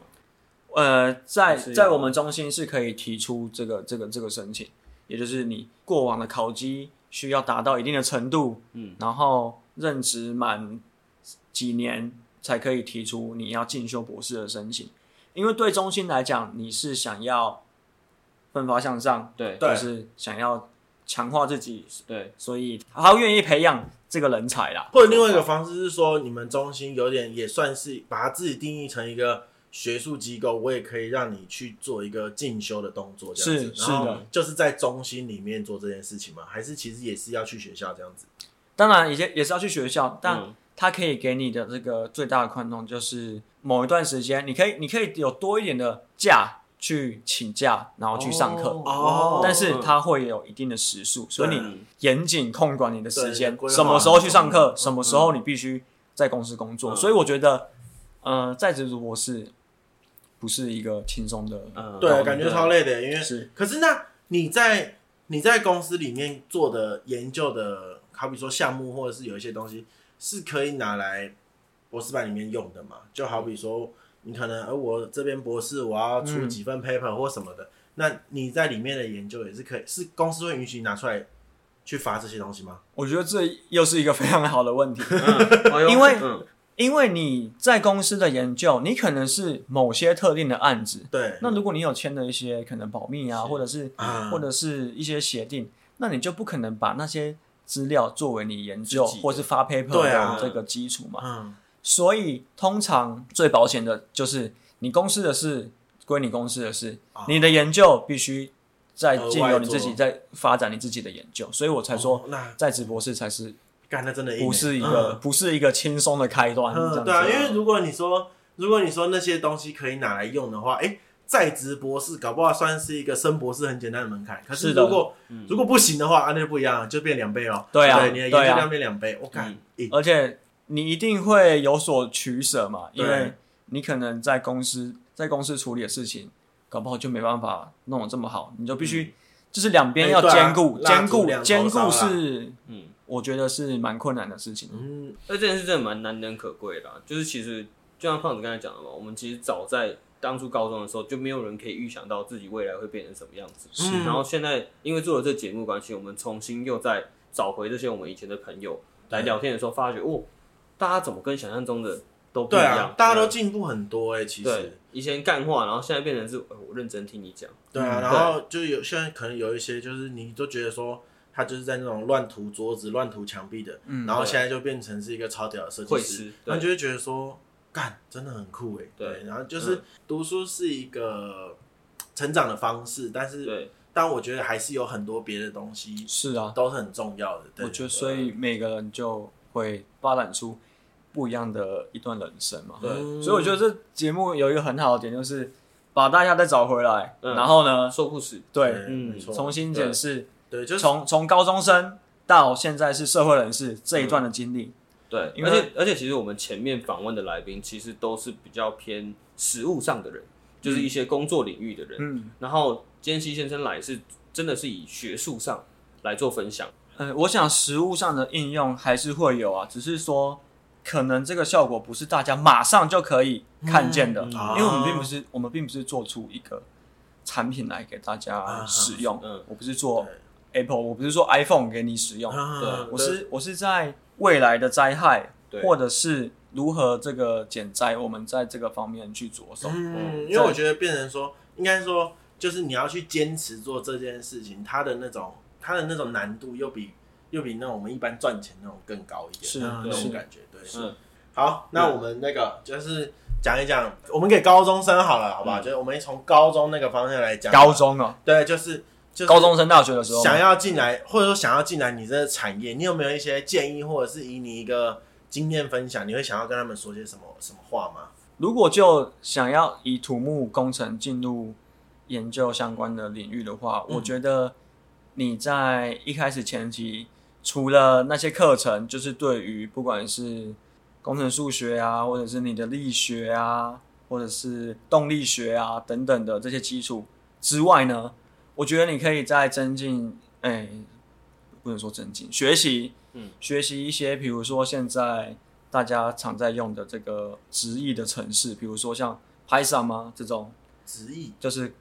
Speaker 3: 呃，在
Speaker 1: 是有
Speaker 3: 在我们中心是可以提出这个这个这个申请，也就是你过往的考绩需要达到一定的程度，嗯，然后任职满几年才可以提出你要进修博士的申请，因为对中心来讲，你是想要奋发向上，
Speaker 1: 对
Speaker 2: 对
Speaker 3: 就是想要强化自己，
Speaker 1: 对，
Speaker 3: 所以他愿意培养这个人才啦。
Speaker 2: 或者另外一个方式是说，你们中心有点也算是把它自己定义成一个学术机构，我也可以让你去做一个进修的动作，这样子。
Speaker 3: 是是
Speaker 2: 然后
Speaker 3: 的
Speaker 2: 就是在中心里面做这件事情吗？还是其实也是要去学校这样子？
Speaker 3: 当然，也是也是要去学校，但
Speaker 1: 嗯
Speaker 3: 它可以给你的这个最大的宽容就是某一段时间，你可以你可以有多一点的假去请假，然后去上课。
Speaker 2: 哦
Speaker 3: 但是它会有一定的时数，所以你
Speaker 1: 嗯
Speaker 3: 严谨控管你的时
Speaker 2: 对
Speaker 3: 间，
Speaker 2: 规划
Speaker 3: 什么时候去上课，什么时候你必须在公司工作。
Speaker 1: 嗯
Speaker 3: 所以我觉得，呃，在职读博士不是一个轻松的，
Speaker 1: 嗯
Speaker 2: 对，啊
Speaker 3: 懂
Speaker 2: 感觉超累的，因为
Speaker 3: 是
Speaker 2: 可是那你在你在公司里面做的研究的，好比说项目或者是有一些东西是可以拿来博士班里面用的嘛？就好比说你可能，呃，我这边博士我要出几
Speaker 3: 嗯
Speaker 2: 份 paper 或什么的，那你在里面的研究也是可以，是公司会允许你拿出来去发这些东西吗？
Speaker 3: 我觉得这又是一个非常好的问题。
Speaker 1: 嗯哎呦
Speaker 3: 因为
Speaker 1: 嗯
Speaker 3: 因为你在公司的研究，你可能是某些特定的案子。
Speaker 2: 对，
Speaker 3: 那如果你有签的一些可能保密啊，
Speaker 1: 是
Speaker 3: 或者是、
Speaker 2: 啊
Speaker 3: 或者是一些协定，那你就不可能把那些资料作为你研究
Speaker 1: 自己的
Speaker 3: 或是发 paper
Speaker 2: 对啊
Speaker 3: 的这个基础嘛。
Speaker 2: 嗯，
Speaker 3: 所以通常最保险的就是你公司的事归你公司的事，
Speaker 2: 啊
Speaker 3: 你的研究必须再
Speaker 2: 额外
Speaker 3: 借由你
Speaker 2: 做
Speaker 3: 自己在发展你自己的研究。所以我才说
Speaker 2: 哦，那
Speaker 3: 在直博士才是
Speaker 2: 干那真的硬欸
Speaker 3: 不是一个、不是一个轻松的开端。这样子
Speaker 2: 嗯，对啊，因为如果你说如果你说那些东西可以拿来用的话，哎、在职博士搞不好算是一个升博士很简单的门槛。可
Speaker 3: 是的
Speaker 2: 如果如果不行的话，啊，那就不一样了，就变两倍哦。
Speaker 3: 对啊
Speaker 2: 你的研究
Speaker 3: 对啊
Speaker 2: 量变两倍，我看
Speaker 1: 嗯
Speaker 2: 硬
Speaker 3: 而且你一定会有所取舍嘛，
Speaker 2: 对
Speaker 3: 因为你可能在公司在公司处理的事情，搞不好就没办法弄得这么好，你就必须、就是两边
Speaker 2: 嗯哎
Speaker 3: 要
Speaker 2: 对啊
Speaker 3: 兼顾，
Speaker 2: 蜡烛
Speaker 3: 兼顾
Speaker 2: 两头
Speaker 3: 兼
Speaker 2: 烧
Speaker 3: 顾
Speaker 2: 啦
Speaker 3: 是，
Speaker 1: 嗯
Speaker 3: 我觉得是蛮困难的事情。
Speaker 2: 嗯，
Speaker 1: 那这件事真的蛮难能可贵的啊、就是其实就像胖子刚才讲的嘛，我们其实早在当初高中的时候，就没有人可以预想到自己未来会变成什么样子。
Speaker 2: 是
Speaker 1: 然后现在因为做了这节目关系，我们重新又在找回这些我们以前的朋友来聊天的时候，发觉哦，大家怎么跟想象中的都不一
Speaker 2: 对
Speaker 1: 样？
Speaker 2: 啊，大家都进步很多哎、其
Speaker 1: 对
Speaker 2: 实。
Speaker 1: 以前干话，然后现在变成是、呃我认真听你讲。
Speaker 2: 对啊，然后就有现在可能有一些就是你都觉得说。他就是在那种乱涂桌子、乱涂墙壁的，然后
Speaker 1: 嗯对
Speaker 2: 现在就变成是一个超屌的设计
Speaker 1: 会
Speaker 2: 师，
Speaker 1: 师
Speaker 2: 那
Speaker 1: 对
Speaker 2: 就会觉得说，干真的很酷哎、
Speaker 1: 对嗯
Speaker 2: 然后就是读书是一个成长的方式，但是
Speaker 1: 对，
Speaker 2: 但我觉得还是有很多别的东西
Speaker 3: 是啊，
Speaker 2: 都是很重要的。对啊
Speaker 3: 我觉得所以每个人就会发展出不一样的一段人生嘛。
Speaker 1: 对
Speaker 2: 嗯
Speaker 3: 所以我觉得这节目有一个很好的点，就是把大家再找回来，
Speaker 1: 嗯
Speaker 3: 然后呢，
Speaker 1: 说故事，
Speaker 3: 对，
Speaker 1: 嗯
Speaker 2: 没错，
Speaker 3: 重新检视
Speaker 2: 对，就是
Speaker 3: 从从高中生到现在是社会人士这一
Speaker 2: 嗯
Speaker 3: 段的经历，
Speaker 1: 对，
Speaker 3: 因
Speaker 1: 而
Speaker 3: 为
Speaker 1: 且而且其实我们前面访问的来宾其实都是比较偏实务上的人，就是一些工作领域的人。
Speaker 3: 嗯，
Speaker 1: 然后今天西先生来是真的是以学术上来做分享？
Speaker 3: 呃，我想实物上的应用还是会有啊，只是说可能这个效果不是大家马上就可以看见的，
Speaker 1: 嗯
Speaker 2: 嗯
Speaker 3: 因为我们并不是我们并不是做出一个产品来给大
Speaker 2: 啊
Speaker 3: 家使用，
Speaker 1: 嗯
Speaker 3: 我不是做 Apple，我不是做 iPhone 给你使用，
Speaker 2: 啊
Speaker 1: 对
Speaker 3: 我是我是在未来的灾害
Speaker 1: 对
Speaker 3: 或者是如何这个减灾，我们在这个方面去着手。
Speaker 2: 嗯，
Speaker 1: 嗯
Speaker 2: 因为我觉得变成说，应该说就是你要去坚持做这件事情，它的那种它的那种难度又比又比那种我们一般赚钱那种更高一点，
Speaker 3: 是
Speaker 2: 那
Speaker 1: 对
Speaker 2: 种感觉，对，
Speaker 1: 嗯，
Speaker 2: 好，那我们那个就是讲一讲，我们给高中生好了，好不好？
Speaker 1: 嗯
Speaker 2: 就是我们从高中那个方向来讲，啊
Speaker 3: 高中哦，
Speaker 2: 对，就是就是
Speaker 3: 高中升大学的时候吗，
Speaker 2: 想要进来，或者说想要进来你这个产业，你有没有一些建议，或者是以你一个经验分享，你会想要跟他们说些什么什么话吗？
Speaker 3: 如果就想要以土木工程进入研究相关的领域的话，
Speaker 2: 嗯
Speaker 3: 我觉得你在一开始前期，除了那些课程，就是对于不管是工程数学啊，或者是你的力学啊，或者是动力学啊等等的这些基础之外呢，我觉得你可以再增进，哎、不能说增进，学习，
Speaker 1: 嗯，
Speaker 3: 学习一些，比如说现在大家常在用的这个直译的程式，比如说像 Python 吗？这种
Speaker 2: 直译，
Speaker 3: 就是，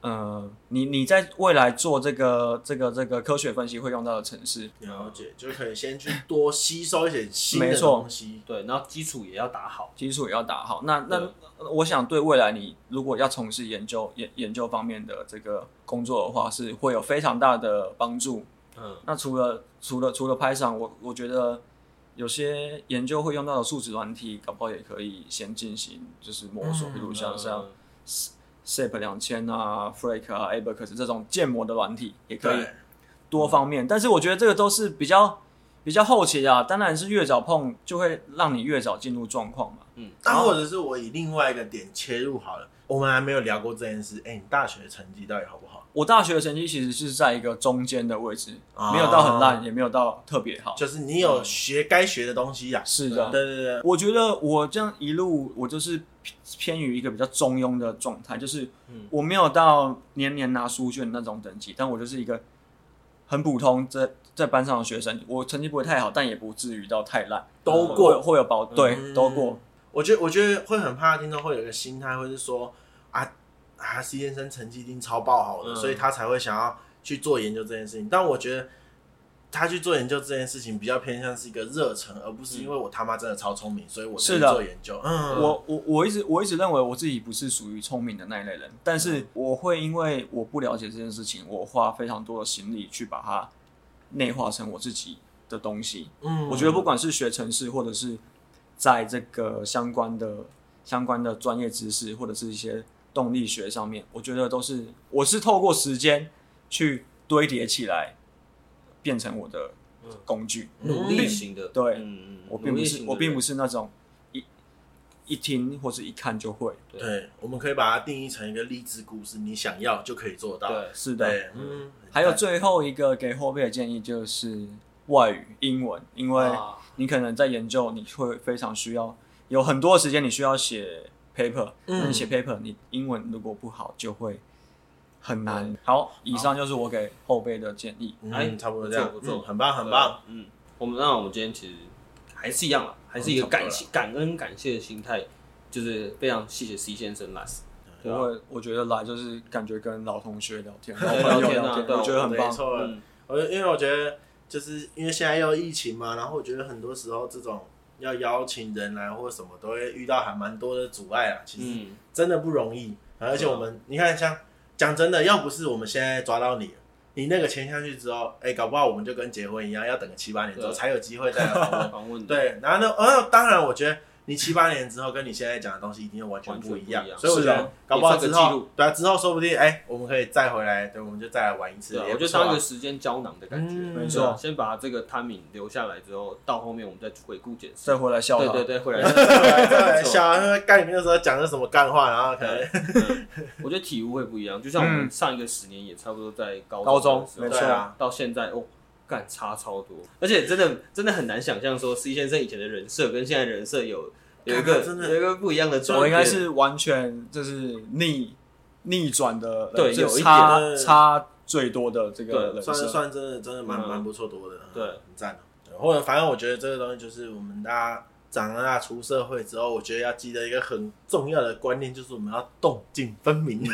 Speaker 3: 呃，你你在未来做这个这个这个科学分析会用到的程式，
Speaker 2: 了解，就可以先去多吸收一些新的
Speaker 3: 没错
Speaker 2: 东西。
Speaker 1: 对，然后基础也要打好。
Speaker 3: 基础也要打好。那
Speaker 1: 对
Speaker 3: 那我想对未来你如果要从事研究研研究方面的这个工作的话，是会有非常大的帮助。
Speaker 1: 嗯
Speaker 3: 那除了除了除了 Python，我我觉得有些研究会用到的数值软体，搞不好也可以先进行就是摸索，
Speaker 2: 嗯
Speaker 3: 比如像像 SAP 两千啊、Flake 啊、Abacus 这种建模的软体也可以
Speaker 2: 对，
Speaker 3: 多方面。但是我觉得这个都是比较比较后期的、啊，当然是越早碰就会让你越早进入状况嘛。
Speaker 2: 那或者是我以另外一个点切入好了，我们还没有聊过这件事。哎、你大学成绩到底好不好？
Speaker 3: 我大学的成绩其实是在一个中间的位置，
Speaker 2: 哦
Speaker 3: 没有到很烂，也没有到特别好。
Speaker 2: 就是你
Speaker 3: 嗯
Speaker 2: 有学该学的东西呀、啊
Speaker 3: 是的，
Speaker 2: 对对对，
Speaker 3: 我觉得我这样一路，我就是偏于一个比较中庸的状态，就是
Speaker 1: 嗯
Speaker 3: 我没有到年年拿书卷那种等级，但我就是一个很普通在在班上的学生，我成绩不会太好，但也不至于到太烂，
Speaker 2: 都
Speaker 3: 会
Speaker 2: 过
Speaker 3: 会有保对、
Speaker 2: 嗯
Speaker 3: 都过，
Speaker 2: 我觉得我觉得会很怕听众会有一个心态，会是说啊啊，C 先生成绩一定超爆好的，
Speaker 1: 嗯
Speaker 2: 所以他才会想要去做研究这件事情。但我觉得他去做研究这件事情比较偏向是一个热忱，而不是因为
Speaker 3: 嗯
Speaker 2: 我他妈真的超聪明，所以我才
Speaker 3: 是
Speaker 2: 去
Speaker 3: 的
Speaker 2: 做研究。嗯，
Speaker 3: 我我我一直我一直认为我自己不是属于聪明的那一类人，但
Speaker 2: 嗯
Speaker 3: 是我会因为我不了解这件事情，我花非常多的心力去把它内化成我自己的东西。
Speaker 2: 嗯
Speaker 3: 我觉得不管是学城市，或者是在这个相关的相关的专业知识，或者是一些动力学上面，我觉得都是我是透过时间去堆叠起来，变成我的
Speaker 2: 嗯
Speaker 3: 工具。
Speaker 1: 努力型的，
Speaker 3: 嗯对
Speaker 1: 嗯嗯
Speaker 3: 我并不是我并不
Speaker 1: 是，
Speaker 3: 是那种一一听或是一看就会。
Speaker 2: 对，我们可以把它定义成一个励志故事，你想要就可以做到。
Speaker 1: 对，啊
Speaker 3: 是的，
Speaker 2: 对，嗯，
Speaker 3: 还有最后一个给后辈的建议就是外语、英文，因为
Speaker 1: 啊
Speaker 3: 你可能在研究，你会非常需要有很多时间，你需要写 paper。
Speaker 2: 嗯
Speaker 3: 那你写 paper，你英文如果不好，就会很难。好，以上就是我给后辈的建议。
Speaker 2: 嗯
Speaker 1: 哎
Speaker 2: 差不多这样，
Speaker 1: 不错不错
Speaker 2: 嗯很棒，很棒。
Speaker 1: 对。嗯，我们那我们今天其实还是一样啊，还是一个
Speaker 3: 哦差不多
Speaker 1: 感谢、感恩、感谢的心态，就是非常谢谢 C 先生来，对
Speaker 3: 因
Speaker 1: 啊
Speaker 3: 为我觉得来就是感觉跟老同学聊天，老
Speaker 1: 对
Speaker 3: 朋 友
Speaker 1: 聊天啊
Speaker 3: 聊
Speaker 1: 对
Speaker 3: 天，
Speaker 1: 啊
Speaker 3: 我觉得很
Speaker 2: 没
Speaker 3: 棒。
Speaker 2: 错，
Speaker 1: 嗯
Speaker 2: 我因为我觉得就是因为现在又疫情嘛，然后我觉得很多时候这种要邀请人来或什么，都会遇到还蛮多的阻碍啊。其实
Speaker 1: 嗯，
Speaker 2: 真的不容易，而且我们、你看像讲真的，要不是我们现在抓到你。你那个签下去之后，哎、搞不好我们就跟结婚一样，要等个七八年之后
Speaker 1: 对
Speaker 2: 才有机会再来访问。
Speaker 1: 访问的
Speaker 2: 对，然后呢，呃，当然，我觉得你七八年之后跟你现在讲的东西一定完全
Speaker 1: 完全
Speaker 2: 不一样
Speaker 1: 不一，样
Speaker 2: 所以我觉
Speaker 1: 是
Speaker 2: 得
Speaker 1: 啊
Speaker 2: 搞不好
Speaker 1: 也算
Speaker 2: 之
Speaker 1: 个记
Speaker 2: 后
Speaker 1: 录，
Speaker 2: 对啊，之后说不定哎、我们可以再回来，对，我们就再来玩一次。
Speaker 1: 对啊，
Speaker 2: 也
Speaker 1: 我
Speaker 2: 不
Speaker 1: 觉得
Speaker 2: 错啊
Speaker 1: 当一个时间胶囊的感觉，
Speaker 2: 嗯
Speaker 1: 对啊
Speaker 3: 没错
Speaker 1: 先把这个 timing 留下来之后，到后面我们再回顾检视
Speaker 3: 再。回来笑
Speaker 1: 对
Speaker 3: 他
Speaker 1: 对，对，回来。
Speaker 2: 对，
Speaker 1: 没错
Speaker 2: 小因为干你那时候讲的什么干话，然后可能
Speaker 1: 嗯我觉得体悟会不一样，就像我们上一个十年也差不多在高
Speaker 3: 高中
Speaker 1: 的时候
Speaker 3: 没
Speaker 2: 错
Speaker 1: 对啊到现在哦，干差超多，而且真的真的很难想象说 C 先生以前的人设跟现在人设有有一个
Speaker 2: 干真的
Speaker 1: 有一个不一样的转变，
Speaker 3: 我应该是完全就是逆逆转的人，
Speaker 1: 对
Speaker 3: 就
Speaker 1: 有一
Speaker 3: 差
Speaker 2: 点
Speaker 3: 差最多的这个人
Speaker 2: 算
Speaker 3: 设。
Speaker 2: 算真的真的蛮
Speaker 1: 嗯
Speaker 2: 蛮不错多的，
Speaker 1: 对
Speaker 2: 很赞的。对或者反正我觉得这个东西就是我们大家长大出社会之后，我觉得要记得一个很重要的观念，就是我们要动静分明。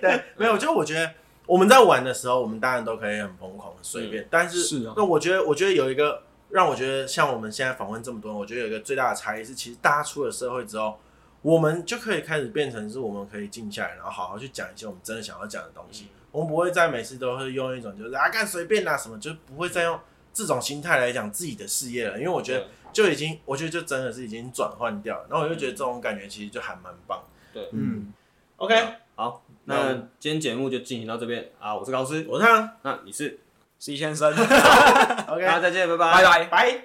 Speaker 2: 对，
Speaker 1: 嗯
Speaker 2: 没有，就我觉得我们在玩的时候，我们当然都可以很疯狂、很随
Speaker 1: 嗯
Speaker 2: 便，但是
Speaker 3: 是啊
Speaker 2: 那我觉得，我觉得有一个让我觉得像我们现在访问这么多人，我觉得有一个最大的差异是，其实大家出了社会之后。我们就可以开始变成是我们可以静下来，然后好好去讲一些我们真的想要讲的东西。我们不会再每次都会用一种就是啊干随便啦、什么，就不会再用这种心态来讲自己的事业了。因为我觉得就已经，我觉得就真的是已经转换掉了。然后我就觉得这种感觉其实就还蛮棒。
Speaker 1: 对
Speaker 2: 嗯，
Speaker 1: OK，好，
Speaker 2: 那
Speaker 1: 那今天节目就进行到这边啊，我是高斯，
Speaker 2: 我看
Speaker 1: 那你是，
Speaker 3: C 先生，
Speaker 2: OK，
Speaker 1: 大家再见，拜拜，
Speaker 3: 拜拜。
Speaker 2: 拜。